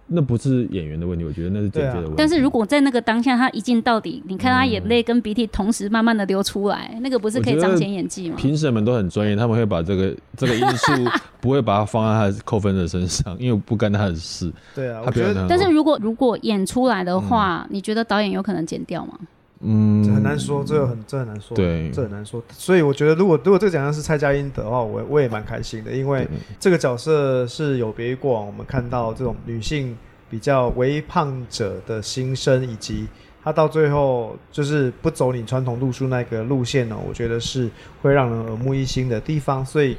Speaker 3: 那不是演员的问题，我觉得那是剪
Speaker 2: 啊
Speaker 3: 接的问题。
Speaker 1: 但是如果在那个当下，他一镜到底，你看他眼
Speaker 3: 嗯
Speaker 1: 泪跟鼻涕同时慢慢的流出来，那个不是可以彰显演技吗？
Speaker 3: 评审们都很专业，他们会把这个 这个因 素不会把它放在他的扣分的身上，因为不干他的事。
Speaker 2: 对啊，
Speaker 3: 他
Speaker 2: 我觉
Speaker 3: 表演
Speaker 2: 得
Speaker 3: 的，
Speaker 1: 但是如果如果演出来的话，你觉得导演有可能剪掉吗？
Speaker 3: 嗯
Speaker 2: 这很难说，这个很这很难说，
Speaker 3: 对
Speaker 2: 这很难说。所以我觉得，如果如果这个奖项是蔡佳音得的话，我我也蛮开心的，因为这个角色是有别于过往我们看到这种女性比较微胖者的心声，以及她到最后就是不走你传统路数那个路线呢、我觉得是会让人耳目一新的地方。所以，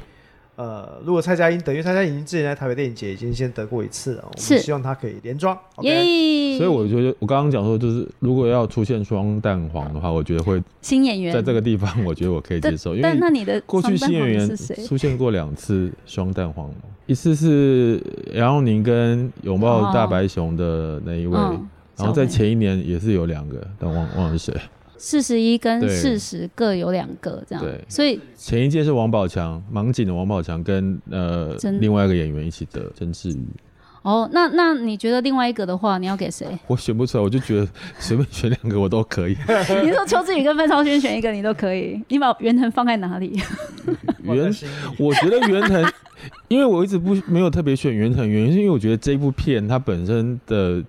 Speaker 2: 呃，如果蔡佳音得，因为蔡佳音之前在台北电影节已经先得过一次了，我
Speaker 1: 是
Speaker 2: 们希望她可以连庄。
Speaker 1: 耶、
Speaker 2: OK，
Speaker 3: 所以我觉得我刚刚讲说，就是如果要出现双蛋黄的话，我觉得会
Speaker 1: 新演员
Speaker 3: 在这个地方，我觉得我可以接受，因
Speaker 1: 但
Speaker 3: 为
Speaker 1: 那你的
Speaker 3: 过去
Speaker 1: 双
Speaker 3: 新
Speaker 1: 蛋
Speaker 3: 演
Speaker 1: 黄
Speaker 3: 员
Speaker 1: 是谁？
Speaker 3: 出现过两次双蛋黄，一次是杨佑宁跟拥抱大白熊的那一位，
Speaker 1: 嗯，
Speaker 3: 然后在
Speaker 1: 哦小美
Speaker 3: 前一年也是有两个，但忘忘了是谁。
Speaker 1: 四十一跟
Speaker 3: 对
Speaker 1: 四十各有两个这样
Speaker 3: 对，
Speaker 1: 所以
Speaker 3: 前一届是王宝强，盲井的王宝强跟呃
Speaker 1: 曾
Speaker 3: 另外一个演员一起得曾志宇，
Speaker 1: 哦，那那你觉得另外一个的话，你要给谁？
Speaker 3: 我选不出来，我就觉得随便选两个我都 可以。
Speaker 1: 你说邱志宇跟范超轩选一个，你都可以，你把袁腾放在哪里？
Speaker 2: 放在
Speaker 3: 袁，
Speaker 2: 心里
Speaker 3: 我觉得袁腾，因为我一直不没有特别选袁腾，原因是因为我觉得这部片它本身的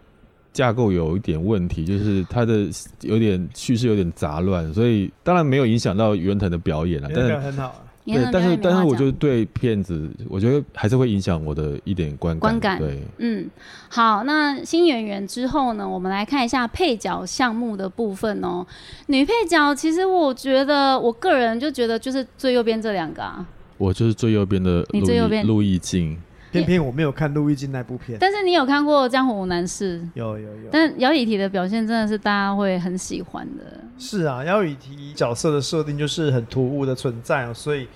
Speaker 3: 架构有一点问题，就是它的有点叙事有点杂乱，所以当然没有影响到袁腾的表演了，
Speaker 2: 袁
Speaker 3: 但
Speaker 2: 腾
Speaker 3: 是。
Speaker 2: 很好啊。
Speaker 1: 袁腾
Speaker 3: 对，但
Speaker 1: 表
Speaker 3: 是
Speaker 1: 演没
Speaker 3: 但
Speaker 1: 话
Speaker 3: 是我
Speaker 1: 讲
Speaker 3: 就对片子，我觉得还是会影响我的一点观感。
Speaker 1: 观感
Speaker 3: 对，
Speaker 1: 嗯，好，那新演员之后呢，我们来看一下配角项目的部分哦。女配角其实我觉得，我个人就觉得就是最右边这两个啊，
Speaker 3: 我就是最右边的
Speaker 1: 你
Speaker 3: 陆
Speaker 1: 最右
Speaker 3: 毅
Speaker 1: 边
Speaker 3: 陆毅静，
Speaker 2: 偏偏我没有看陆毅进那部片，
Speaker 1: 但是你有看过《江湖男士》？
Speaker 2: 有有有。
Speaker 1: 但姚以缇的表现真的是大家会很喜欢的，
Speaker 2: 是啊，要以提角色的设定就是很突兀的存在哦，所以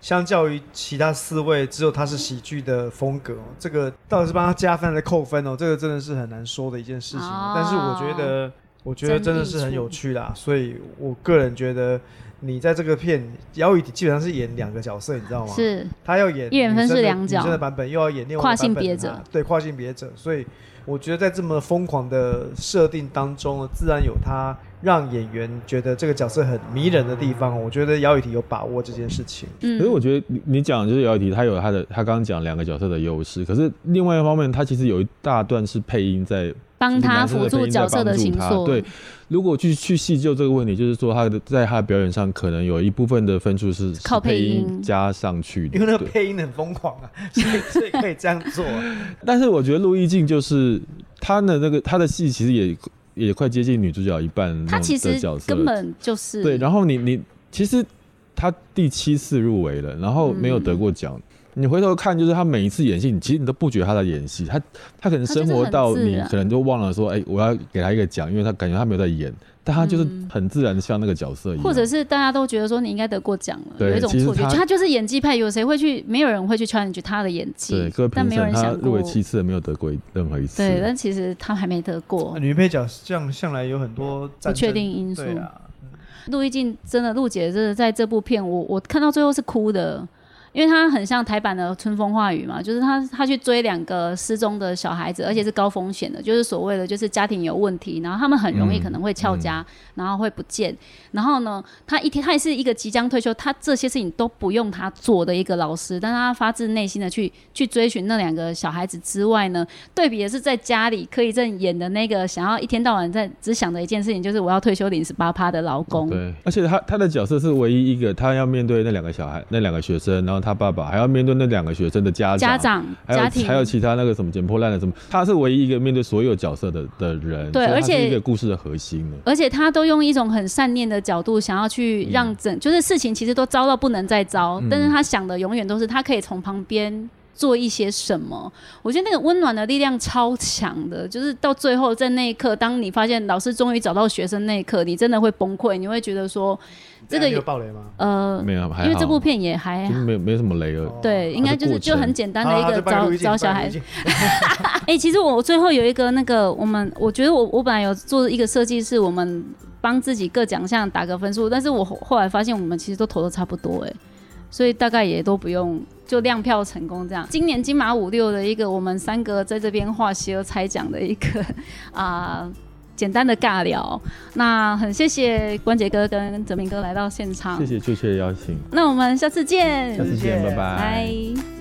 Speaker 2: 相较于其他四位，只有他是喜剧的风格、哦，这个到底是帮他加分还是扣分哦？这个真的是很难说的一件事情
Speaker 1: 哦
Speaker 2: 哦、但是我觉得，我觉得真的是很有趣啦，所以我个人觉得你在这个片，姚宇基本上是演两个角色，你知道吗？，
Speaker 1: 是
Speaker 2: 他要演
Speaker 1: 一人分饰
Speaker 2: 女生的
Speaker 1: 两角
Speaker 2: 女生的版本，又要演另外一个
Speaker 1: 跨性
Speaker 2: 版本的
Speaker 1: 别者
Speaker 2: 她，对跨性别者。所以我觉得在这么疯狂的设定当中，自然有他让演员觉得这个角色很迷人的地方。我觉得姚雨婷有把握这件事情。
Speaker 1: 嗯，
Speaker 3: 可是我觉得你你讲就是姚以缇，她有她的，她刚刚讲两个角色的优势，可是另外一方面，她其实有一大段是配音在
Speaker 1: 帮他辅助角色的形
Speaker 3: 形
Speaker 1: 塑，
Speaker 3: 对，，如果去去细究这个问题，就是说他的在他的表演上，可能有一部分的分数是是
Speaker 1: 靠配
Speaker 3: 配
Speaker 1: 音
Speaker 3: 加上去的。
Speaker 2: 因为那个
Speaker 3: 对
Speaker 2: 配音很疯狂啊， 所以所以可以这样做啊、
Speaker 3: 但是我觉得陆毅静就是他的那个他的戏，其实也也快接近女主角一半那
Speaker 1: 他
Speaker 3: 种
Speaker 1: 其
Speaker 3: 的
Speaker 1: 实
Speaker 3: 嗯角色
Speaker 1: 根本就是
Speaker 3: 对。然后你你其实他第七次入围了，然后没有
Speaker 1: 嗯
Speaker 3: 得过奖。你回头看，就是他每一次演戏，你其实你都不觉得他在演戏，他他可能
Speaker 1: 他就是
Speaker 3: 生活到
Speaker 1: 很自
Speaker 3: 你
Speaker 1: 然
Speaker 3: 可能就忘了说，哎、我要给他一个奖，因为他感觉他没有在演，但他就是
Speaker 1: 嗯
Speaker 3: 很自然的像那个角色一样。
Speaker 1: 或者是大家都觉得说你应该得过奖了，
Speaker 3: 对
Speaker 1: 有一种
Speaker 3: 其实
Speaker 1: 错觉，
Speaker 3: 他
Speaker 1: 就他就是演技派，有谁会去？没有人会去 challenge 他的演
Speaker 3: 对
Speaker 1: 技
Speaker 3: 各位，
Speaker 1: 但
Speaker 3: 评
Speaker 1: 没有
Speaker 3: 审，
Speaker 1: 人
Speaker 3: 他
Speaker 1: 想过
Speaker 3: 入围，七次，没有得过一任何一次。
Speaker 1: 对，但其实他还没得过，
Speaker 2: 女配角向向来有很多
Speaker 1: 不
Speaker 2: 战
Speaker 1: 确
Speaker 2: 争
Speaker 1: 定因素。
Speaker 2: 对啊，
Speaker 1: 陆毅静真的，陆姐真的在这部片，我我看到最后是哭的，因为她很像台版的《春风化雨》嘛，就是她她去追两个失踪的小孩子，而且是高风险的，就是所谓的就是家庭有问题，然后他们很容易
Speaker 3: 嗯
Speaker 1: 可能会翘家，
Speaker 2: 嗯
Speaker 1: 然后会不见，然后呢，她一天她也是一个即将退休，她这些事情都不用她做的一个老师，但她发自内心的去去追寻那两个小孩子之外呢，对比的是在家里柯以正演的那个想要一天到晚在只想着一件事情，就是我要退休领十八趴的劳工。
Speaker 3: 哦对，而且他他的角色是唯一一个，他要面对那两个小孩，那两个学生，然后他爸爸还要面对那两个学生的家长，
Speaker 1: 家长、
Speaker 3: 还有
Speaker 1: 家庭，
Speaker 3: 还有其他那个什么捡破烂的什么，他是唯一一个面对所有角色的的人，
Speaker 1: 对
Speaker 3: 所以
Speaker 1: 而
Speaker 3: 他是
Speaker 1: 且
Speaker 3: 一个故事的核心呢。
Speaker 1: 而且他都用一种很善念的角度，想要去让整、就是事情其实都糟到不能再糟，
Speaker 3: 嗯
Speaker 1: 但是他想的永远都是他可以从旁边。做一些什么？我觉得那个温暖的力量超强的，就是到最后在那一刻，当你发现老师终于找到学生那一刻，你真的会崩溃，你会觉得说，这个
Speaker 2: 你有暴雷吗？
Speaker 1: 呃，
Speaker 3: 没有，哎还好
Speaker 1: 因为这部片也还
Speaker 3: 就是没有没有什么雷了。
Speaker 1: 对，
Speaker 2: 哦
Speaker 1: 应该就是
Speaker 3: 它是过程啊
Speaker 1: 就很简单
Speaker 2: 好
Speaker 1: 的一
Speaker 2: 好
Speaker 1: 个
Speaker 2: 就拜
Speaker 1: 找
Speaker 2: 陆毅静
Speaker 1: 找小
Speaker 2: 拜陆
Speaker 1: 孩
Speaker 2: 毅静
Speaker 1: 哎、其实我最后有一个那个，我们我觉得我我本来有做一个设计，是我们帮自己各奖项打个分数，但是我后后来发现我们其实都投的差不多、哎，所以大概也都不用就亮票成功这样。今年金马五六的一个我们三个在这边画邪而猜奖的一个啊、简单的尬聊，那很谢谢关杰哥跟泽明哥来到现场，
Speaker 3: 谢谢确切的邀请，
Speaker 1: 那我们下次见，
Speaker 3: 下次见，
Speaker 2: 谢谢
Speaker 3: 拜拜。
Speaker 1: 拜